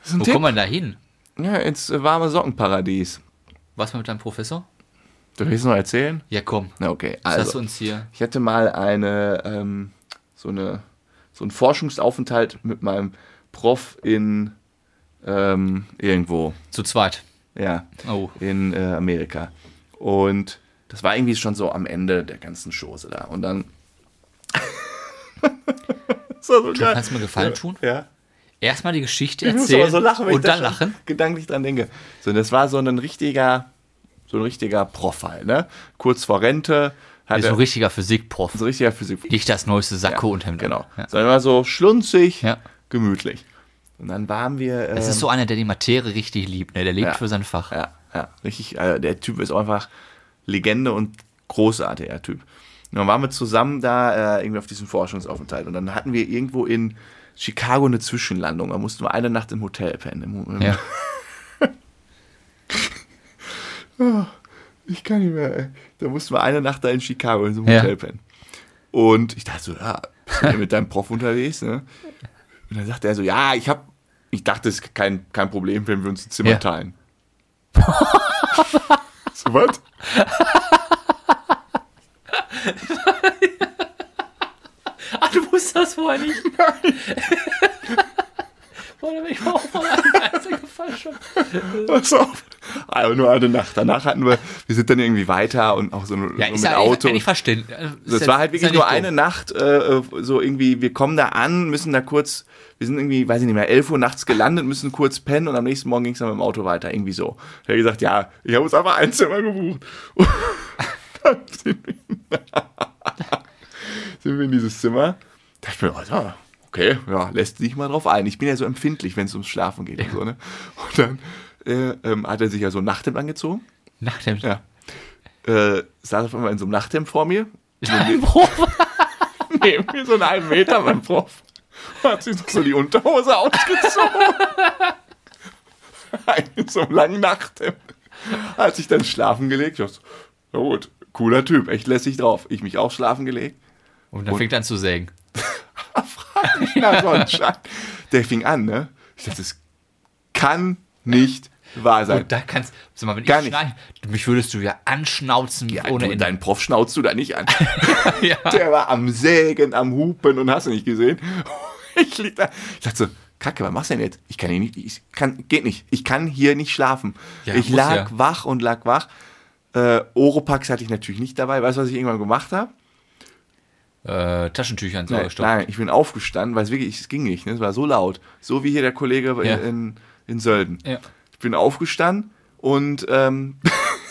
[SPEAKER 2] Das ist ein
[SPEAKER 1] Wo kommt man da hin?
[SPEAKER 2] Ja, ins äh, warme Sockenparadies.
[SPEAKER 1] Was mal mit deinem Professor?
[SPEAKER 2] Du willst noch erzählen?
[SPEAKER 1] Ja, komm.
[SPEAKER 2] Na okay,
[SPEAKER 1] Das
[SPEAKER 2] also.
[SPEAKER 1] hast du uns hier.
[SPEAKER 2] Ich hatte mal eine, ähm, so eine, so einen Forschungsaufenthalt mit meinem Prof in ähm, irgendwo,
[SPEAKER 1] Zu zweit.
[SPEAKER 2] ja,
[SPEAKER 1] Oh.
[SPEAKER 2] in äh, Amerika. Und das war irgendwie schon so am Ende der ganzen Chose da.
[SPEAKER 1] [LAUGHS]
[SPEAKER 2] Und dann. das war so
[SPEAKER 1] Du kannst mir Gefallen tun.
[SPEAKER 2] Ja.
[SPEAKER 1] Erstmal die Geschichte
[SPEAKER 2] Ich muss
[SPEAKER 1] erzählen
[SPEAKER 2] aber so lachen, wenn ich
[SPEAKER 1] und
[SPEAKER 2] da
[SPEAKER 1] dann
[SPEAKER 2] schon
[SPEAKER 1] lachen.
[SPEAKER 2] gedanklich dran denke. So, das war so ein richtiger, so ein richtiger Prof halt, ne? Kurz vor Rente, Hat
[SPEAKER 1] ist
[SPEAKER 2] er
[SPEAKER 1] ein richtiger Physikprof.
[SPEAKER 2] so richtiger Physik.
[SPEAKER 1] Nicht Also das neueste Sakko und Hemd.
[SPEAKER 2] Genau.
[SPEAKER 1] Ja.
[SPEAKER 2] Sondern immer so schlunzig,
[SPEAKER 1] Ja.
[SPEAKER 2] gemütlich. Und dann waren wir.
[SPEAKER 1] Das
[SPEAKER 2] ähm,
[SPEAKER 1] ist so einer, der die Materie richtig liebt. Ne? Der lebt
[SPEAKER 2] Ja.
[SPEAKER 1] für sein Fach.
[SPEAKER 2] Ja, ja, richtig. Äh, der Typ ist auch einfach Legende und großartiger Typ. Und dann waren wir zusammen da äh, irgendwie auf diesem Forschungsaufenthalt und dann hatten wir irgendwo in Chicago eine Zwischenlandung. Da mussten wir eine Nacht im Hotel pennen. Im, im,
[SPEAKER 1] Ja.
[SPEAKER 2] Ich kann nicht mehr. Ey. Da mussten wir eine Nacht da in Chicago in so einem
[SPEAKER 1] Ja.
[SPEAKER 2] Hotel pennen. Und ich dachte so, ja, bist du hier mit deinem Prof unterwegs, ne? Und dann sagte er so, ja, ich hab, ich dachte, es ist kein, kein Problem, wenn wir uns ein Zimmer
[SPEAKER 1] Ja.
[SPEAKER 2] teilen. [LAUGHS] so was?
[SPEAKER 1] Ach, du wusstest das vorher nicht. [LAUGHS] Boah, da bin ich mal auf einzigen Fall schon.
[SPEAKER 2] Pass auf. Aber nur eine Nacht. Danach hatten wir, wir sind dann irgendwie weiter und auch so,
[SPEAKER 1] Ja,
[SPEAKER 2] so
[SPEAKER 1] ist
[SPEAKER 2] mit
[SPEAKER 1] ja
[SPEAKER 2] Auto.
[SPEAKER 1] Auto. eigentlich verständlich. Also, ist
[SPEAKER 2] Das
[SPEAKER 1] ja-
[SPEAKER 2] war halt
[SPEAKER 1] ist
[SPEAKER 2] wirklich
[SPEAKER 1] ja
[SPEAKER 2] nur
[SPEAKER 1] nicht
[SPEAKER 2] eine
[SPEAKER 1] doof.
[SPEAKER 2] Nacht, äh, so irgendwie, wir kommen da an, müssen da kurz, wir sind irgendwie, weiß ich nicht mehr, 11 Uhr nachts gelandet, müssen kurz pennen und am nächsten Morgen ging es dann mit dem Auto weiter, irgendwie so. Er hat gesagt, ja, ich habe uns einfach ein Zimmer gebucht. [LAUGHS] Und dann sind wir, sind wir in dieses Zimmer. Da dachte ich mir, oh, ja, okay, ja, lässt sich mal drauf ein. Ich bin ja so empfindlich, wenn es ums Schlafen geht und so, ne? Und dann äh, ähm, hat er sich ja so ein Nachthemd angezogen.
[SPEAKER 1] Nach dem
[SPEAKER 2] Ja. Äh, saß auf einmal in so einem Nachthemd vor mir
[SPEAKER 1] Dein Prof.
[SPEAKER 2] neben mir so einen halben Meter, mein Prof. Hat sich noch so die Unterhose ausgezogen. [LAUGHS] In so einem langen Nachthemd. Hat sich dann schlafen gelegt. Ich dachte, na gut, cooler Typ, echt lässig drauf. Ich mich auch schlafen gelegt.
[SPEAKER 1] [LAUGHS]
[SPEAKER 2] [LAUGHS]
[SPEAKER 1] Und dann fängt er an zu sägen.
[SPEAKER 2] Na, so ein Scheiß. Der fing an, ne? Ich dachte, das kann nicht wahr sein.
[SPEAKER 1] Und da kannst sag mal, wenn
[SPEAKER 2] Gar
[SPEAKER 1] ich
[SPEAKER 2] nicht.
[SPEAKER 1] schneide, mich würdest du ja anschnauzen
[SPEAKER 2] Ja,
[SPEAKER 1] ohne
[SPEAKER 2] du,
[SPEAKER 1] Ende.
[SPEAKER 2] deinen Prof schnauzt du da nicht an.
[SPEAKER 1] [LAUGHS] Ja.
[SPEAKER 2] Der war am Sägen, am Hupen und hast du nicht gesehen. [LAUGHS] Ich lieg da. Ich dachte so, Kacke, was machst du denn jetzt? Ich kann hier nicht, ich kann, geht nicht. Ich kann hier nicht schlafen.
[SPEAKER 1] Ja,
[SPEAKER 2] ich
[SPEAKER 1] muss
[SPEAKER 2] lag
[SPEAKER 1] ja.
[SPEAKER 2] wach und lag wach. Äh, Oropax hatte ich natürlich nicht dabei. Weißt du, was ich irgendwann gemacht habe?
[SPEAKER 1] Äh, Taschentücher ins Auge
[SPEAKER 2] Nein,
[SPEAKER 1] gestopft.
[SPEAKER 2] nein, ich bin aufgestanden, weil es wirklich, es ging nicht. Ne? Es war so laut. So wie hier der Kollege
[SPEAKER 1] Ja.
[SPEAKER 2] in, in Sölden.
[SPEAKER 1] Ja.
[SPEAKER 2] Ich bin aufgestanden und ähm, [LAUGHS]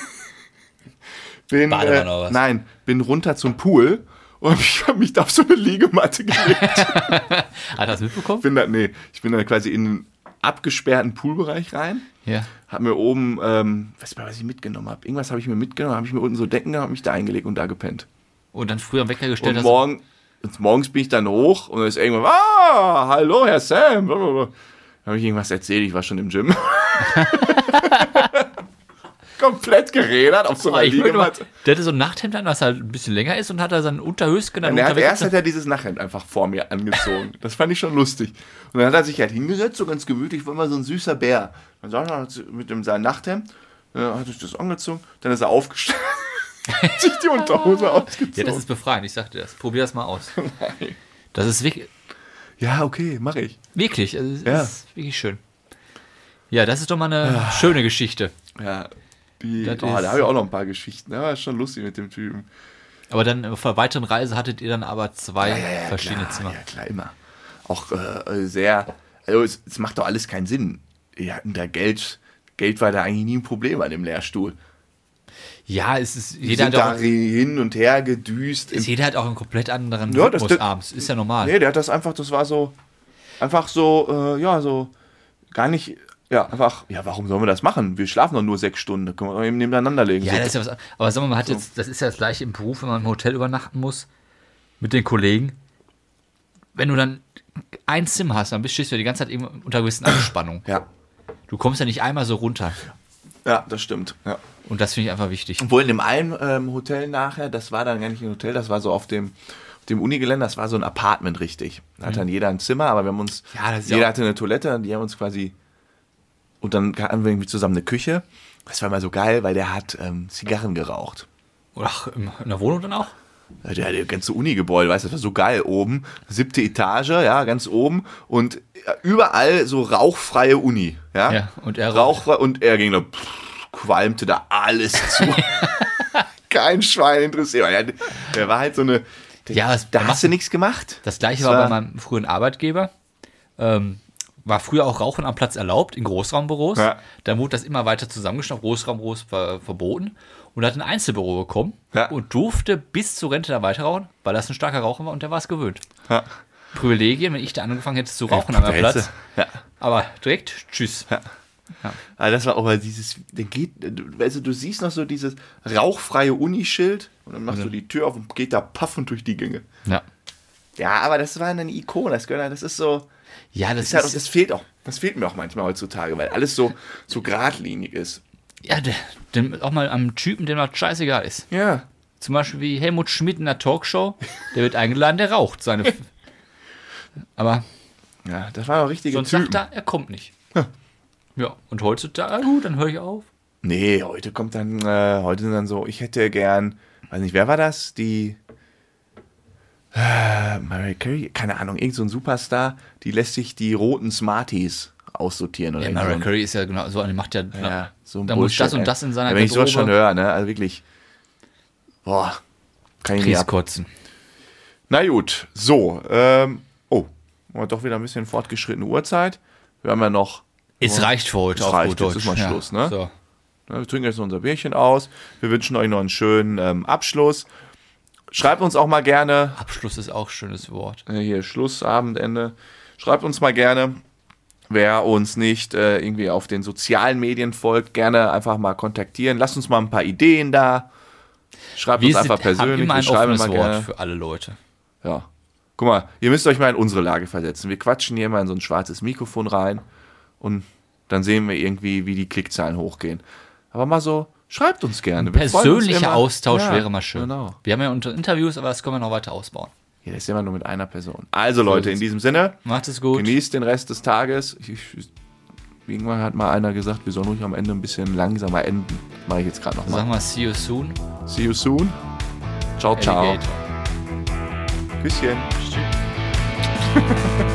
[SPEAKER 2] bin, äh,
[SPEAKER 1] Badewanne oder was?
[SPEAKER 2] nein, bin runter zum Pool und [LAUGHS] ich habe mich da auf so eine Liegematte gelegt.
[SPEAKER 1] Hat er das mitbekommen?
[SPEAKER 2] bin da, nee, ich bin da quasi in einen abgesperrten Poolbereich rein.
[SPEAKER 1] Ja.
[SPEAKER 2] Hab mir oben, ähm, weiß nicht, mehr, was ich mitgenommen habe. Irgendwas habe ich mir mitgenommen, habe ich mir unten so Decken gehabt, hab mich da eingelegt und da gepennt.
[SPEAKER 1] Und dann früher am Wecker gestellt
[SPEAKER 2] Und
[SPEAKER 1] hast.
[SPEAKER 2] morgen, und morgens bin ich dann hoch und dann ist irgendwann, ah, hallo, Herr Sam. blablabla. Dann habe ich irgendwas erzählt, ich war schon
[SPEAKER 1] [LAUGHS]
[SPEAKER 2] im Gym. Komplett gerädert auf so
[SPEAKER 1] Oh,
[SPEAKER 2] einer
[SPEAKER 1] ich würde mal,
[SPEAKER 2] Liegematte.
[SPEAKER 1] der hatte so ein Nachthemd an, was halt ein bisschen länger ist und hat da sein Unterhöschen dann
[SPEAKER 2] Und er hat, erst
[SPEAKER 1] unterwegs.
[SPEAKER 2] hat er dieses Nachhemd einfach vor mir angezogen. Das fand ich schon lustig. Und dann hat er sich halt hingesetzt, so ganz gemütlich, war immer so ein süßer Bär. Dann saß er halt mit dem seinem Nachthemd, äh, hat sich das angezogen, dann ist er aufgestanden, [LAUGHS] hat sich die Unterhose ausgezogen.
[SPEAKER 1] Ah. Ja, das ist befreiend, ich sagte das. Probier das mal
[SPEAKER 2] [LAUGHS]
[SPEAKER 1] aus. Das ist wirklich,
[SPEAKER 2] Ja, okay, mache ich.
[SPEAKER 1] wirklich, also es
[SPEAKER 2] Ja. Ah.
[SPEAKER 1] ist wirklich schön. Ja, das ist doch mal eine schöne Geschichte.
[SPEAKER 2] Ja, die, oh,
[SPEAKER 1] Das
[SPEAKER 2] da
[SPEAKER 1] ist-
[SPEAKER 2] habe ich auch noch ein paar Geschichten. Da war schon lustig mit dem Typen.
[SPEAKER 1] Aber dann auf der weiteren Reise hattet ihr dann aber zwei verschiedene
[SPEAKER 2] klar,
[SPEAKER 1] Zimmer.
[SPEAKER 2] Ja, klar, immer. Auch äh, sehr, also es, es macht doch alles keinen Sinn. Wir hatten da Geld, Geld war da eigentlich nie ein Problem an dem Lehrstuhl.
[SPEAKER 1] Ja, es ist,
[SPEAKER 2] Wir
[SPEAKER 1] jeder
[SPEAKER 2] sind
[SPEAKER 1] hat,
[SPEAKER 2] da
[SPEAKER 1] auch,
[SPEAKER 2] hin und her gedüst.
[SPEAKER 1] ist,
[SPEAKER 2] Im,
[SPEAKER 1] jeder hat auch einen komplett anderen
[SPEAKER 2] Ja, das-
[SPEAKER 1] Rhythmus
[SPEAKER 2] das-
[SPEAKER 1] abends. Ist ja normal.
[SPEAKER 2] nee, der hat das einfach, das war so, einfach so, äh, ja, so, gar nicht, ja, einfach, ja, warum sollen wir das machen? Wir schlafen doch nur sechs Stunden, können wir doch eben nebeneinander legen.
[SPEAKER 1] Ja,
[SPEAKER 2] so.
[SPEAKER 1] das ist ja was. Aber sagen wir mal, man hat jetzt, das ist ja das gleiche im Beruf, wenn man im Hotel übernachten muss mit den Kollegen. Wenn du dann ein Zimmer hast, dann bist- stehst du ja die ganze Zeit eben unter
[SPEAKER 2] [COUGHS]
[SPEAKER 1] gewissen Anspannung.
[SPEAKER 2] ja,
[SPEAKER 1] Du kommst ja nicht einmal so runter.
[SPEAKER 2] ja, das stimmt, ja.
[SPEAKER 1] Und das finde ich einfach wichtig.
[SPEAKER 2] Obwohl in dem einen ähm, Hotel nachher, das war dann gar nicht ein Hotel, das war so auf dem, auf dem Unigelände, das war so ein Apartment richtig. Da hat dann jeder ein Zimmer, aber wir haben uns,
[SPEAKER 1] Mhm. Ja, das ist ja
[SPEAKER 2] jeder
[SPEAKER 1] auch-
[SPEAKER 2] hatte eine Toilette, die haben uns quasi, und dann hatten wir irgendwie zusammen eine Küche. Das war mal so geil, weil der hat ähm, Zigarren geraucht.
[SPEAKER 1] Oder ach, im- in der Wohnung dann auch?
[SPEAKER 2] Ja, Äh, Der, der ganze Uni-Gebäude, weißt du, das war so geil oben. Siebte Etage, ja, ganz oben. Und äh, überall so rauchfreie Uni. Ja,
[SPEAKER 1] Ja, und er
[SPEAKER 2] rauchfrei. Und er ging da, pff, qualmte da alles
[SPEAKER 1] [LAUGHS]
[SPEAKER 2] zu. Kein Schwein interessiert. Der, der war halt so eine. Der,
[SPEAKER 1] Ja, was-
[SPEAKER 2] da
[SPEAKER 1] was-
[SPEAKER 2] hast du nichts gemacht.
[SPEAKER 1] Das gleiche
[SPEAKER 2] Das
[SPEAKER 1] war bei
[SPEAKER 2] war-
[SPEAKER 1] meinem früheren Arbeitgeber. Ähm, war früher auch Rauchen am Platz erlaubt, in Großraumbüros.
[SPEAKER 2] Ja.
[SPEAKER 1] Dann wurde das immer weiter zusammengeschnappt, Großraumbüros ver verboten. Und hat ein Einzelbüro bekommen
[SPEAKER 2] Ja.
[SPEAKER 1] und durfte bis zur Rente da weiter rauchen, weil das ein starker Raucher war und der war es gewöhnt.
[SPEAKER 2] Ja.
[SPEAKER 1] Privilegien, wenn ich da angefangen hätte zu rauchen
[SPEAKER 2] Ja,
[SPEAKER 1] am
[SPEAKER 2] da
[SPEAKER 1] Platz.
[SPEAKER 2] hättest du- ja.
[SPEAKER 1] Aber direkt, tschüss.
[SPEAKER 2] Aber das war auch mal dieses, der geht, also du siehst noch so dieses rauchfreie Unischild und dann
[SPEAKER 1] Also
[SPEAKER 2] machst du die Tür auf und geht da paffend durch die Gänge.
[SPEAKER 1] Ja,
[SPEAKER 2] Ja, aber das war eine Ikone, das gehört, das ist so,
[SPEAKER 1] ja das
[SPEAKER 2] ist halt,
[SPEAKER 1] ist,
[SPEAKER 2] das fehlt auch, das fehlt mir auch manchmal heutzutage, weil alles so, so geradlinig ist.
[SPEAKER 1] ja, der, dem, auch mal am Typen, dem das scheißegal ist.
[SPEAKER 2] Ja.
[SPEAKER 1] Zum Beispiel wie Helmut Schmidt in einer Talkshow. Der wird eingeladen, der raucht seine.
[SPEAKER 2] [LAUGHS]
[SPEAKER 1] Aber
[SPEAKER 2] Ja, das war auch richtige
[SPEAKER 1] sonst
[SPEAKER 2] Typen.
[SPEAKER 1] sagt er, er kommt nicht. Ja, und heutzutage, ah, gut, dann höre ich auf.
[SPEAKER 2] Nee, heute kommt dann, äh, heute sind dann so, ich hätte gern, weiß nicht, wer war das? Die äh, Mariah Carey, keine Ahnung, irgend so ein Superstar, die lässt sich die roten Smarties aussortieren oder
[SPEAKER 1] Ja,
[SPEAKER 2] irgend so
[SPEAKER 1] Mariah
[SPEAKER 2] ein-
[SPEAKER 1] Carey ist ja genau so eine, macht ja.
[SPEAKER 2] Ja, so ein
[SPEAKER 1] da muss
[SPEAKER 2] Bullshit,
[SPEAKER 1] das und
[SPEAKER 2] ey.
[SPEAKER 1] das in seiner
[SPEAKER 2] ja, Wenn ich sowas schon
[SPEAKER 1] Garderobe-
[SPEAKER 2] höre, ne, also wirklich, boah, kann ich nicht
[SPEAKER 1] Kries
[SPEAKER 2] ab.
[SPEAKER 1] kotzen.
[SPEAKER 2] Na gut, so, ähm, oh, haben wir doch wieder ein bisschen fortgeschrittene Uhrzeit. Wir haben ja noch,
[SPEAKER 1] Es reicht für heute
[SPEAKER 2] Es
[SPEAKER 1] auf
[SPEAKER 2] reicht,
[SPEAKER 1] gut
[SPEAKER 2] jetzt
[SPEAKER 1] Deutsch.
[SPEAKER 2] ist mal Schluss, ne?
[SPEAKER 1] So.
[SPEAKER 2] ne, wir trinken jetzt noch unser Bierchen aus. Wir wünschen euch noch einen schönen ähm, Abschluss. Schreibt uns auch mal gerne,
[SPEAKER 1] Abschluss ist auch ein schönes Wort.
[SPEAKER 2] äh, hier Schlussabendende. Schreibt uns mal gerne, wer uns nicht äh, irgendwie auf den sozialen Medien folgt, gerne einfach mal kontaktieren. Lasst uns mal ein paar Ideen da. Schreibt uns einfach
[SPEAKER 1] haben
[SPEAKER 2] persönlich.
[SPEAKER 1] immer ein
[SPEAKER 2] wir schreiben
[SPEAKER 1] offenes
[SPEAKER 2] mal
[SPEAKER 1] Wort
[SPEAKER 2] gerne.
[SPEAKER 1] für alle Leute.
[SPEAKER 2] Ja. Guck mal, ihr müsst euch mal in unsere Lage versetzen. Wir quatschen hier mal in so ein schwarzes Mikrofon rein und dann sehen wir irgendwie, wie die Klickzahlen hochgehen. Aber mal so, schreibt uns gerne. Wir freuen uns
[SPEAKER 1] Persönlicher
[SPEAKER 2] immer.
[SPEAKER 1] Austausch
[SPEAKER 2] Ja,
[SPEAKER 1] wäre mal schön.
[SPEAKER 2] Genau.
[SPEAKER 1] Wir haben ja unter Interviews, aber das können wir noch weiter ausbauen.
[SPEAKER 2] Hier ist immer nur mit einer Person. Also Leute, in
[SPEAKER 1] sieht's.
[SPEAKER 2] diesem Sinne,
[SPEAKER 1] Macht es gut.
[SPEAKER 2] genießt den Rest des Tages. Ich, ich, irgendwann hat mal einer gesagt, wir sollen ruhig am Ende ein bisschen langsamer enden. Mache ich jetzt gerade
[SPEAKER 1] Sag
[SPEAKER 2] nochmal.
[SPEAKER 1] mal, see you soon.
[SPEAKER 2] See you soon. Ciao, ciao.
[SPEAKER 1] Alligator.
[SPEAKER 2] Küsschen.
[SPEAKER 1] Tschüss.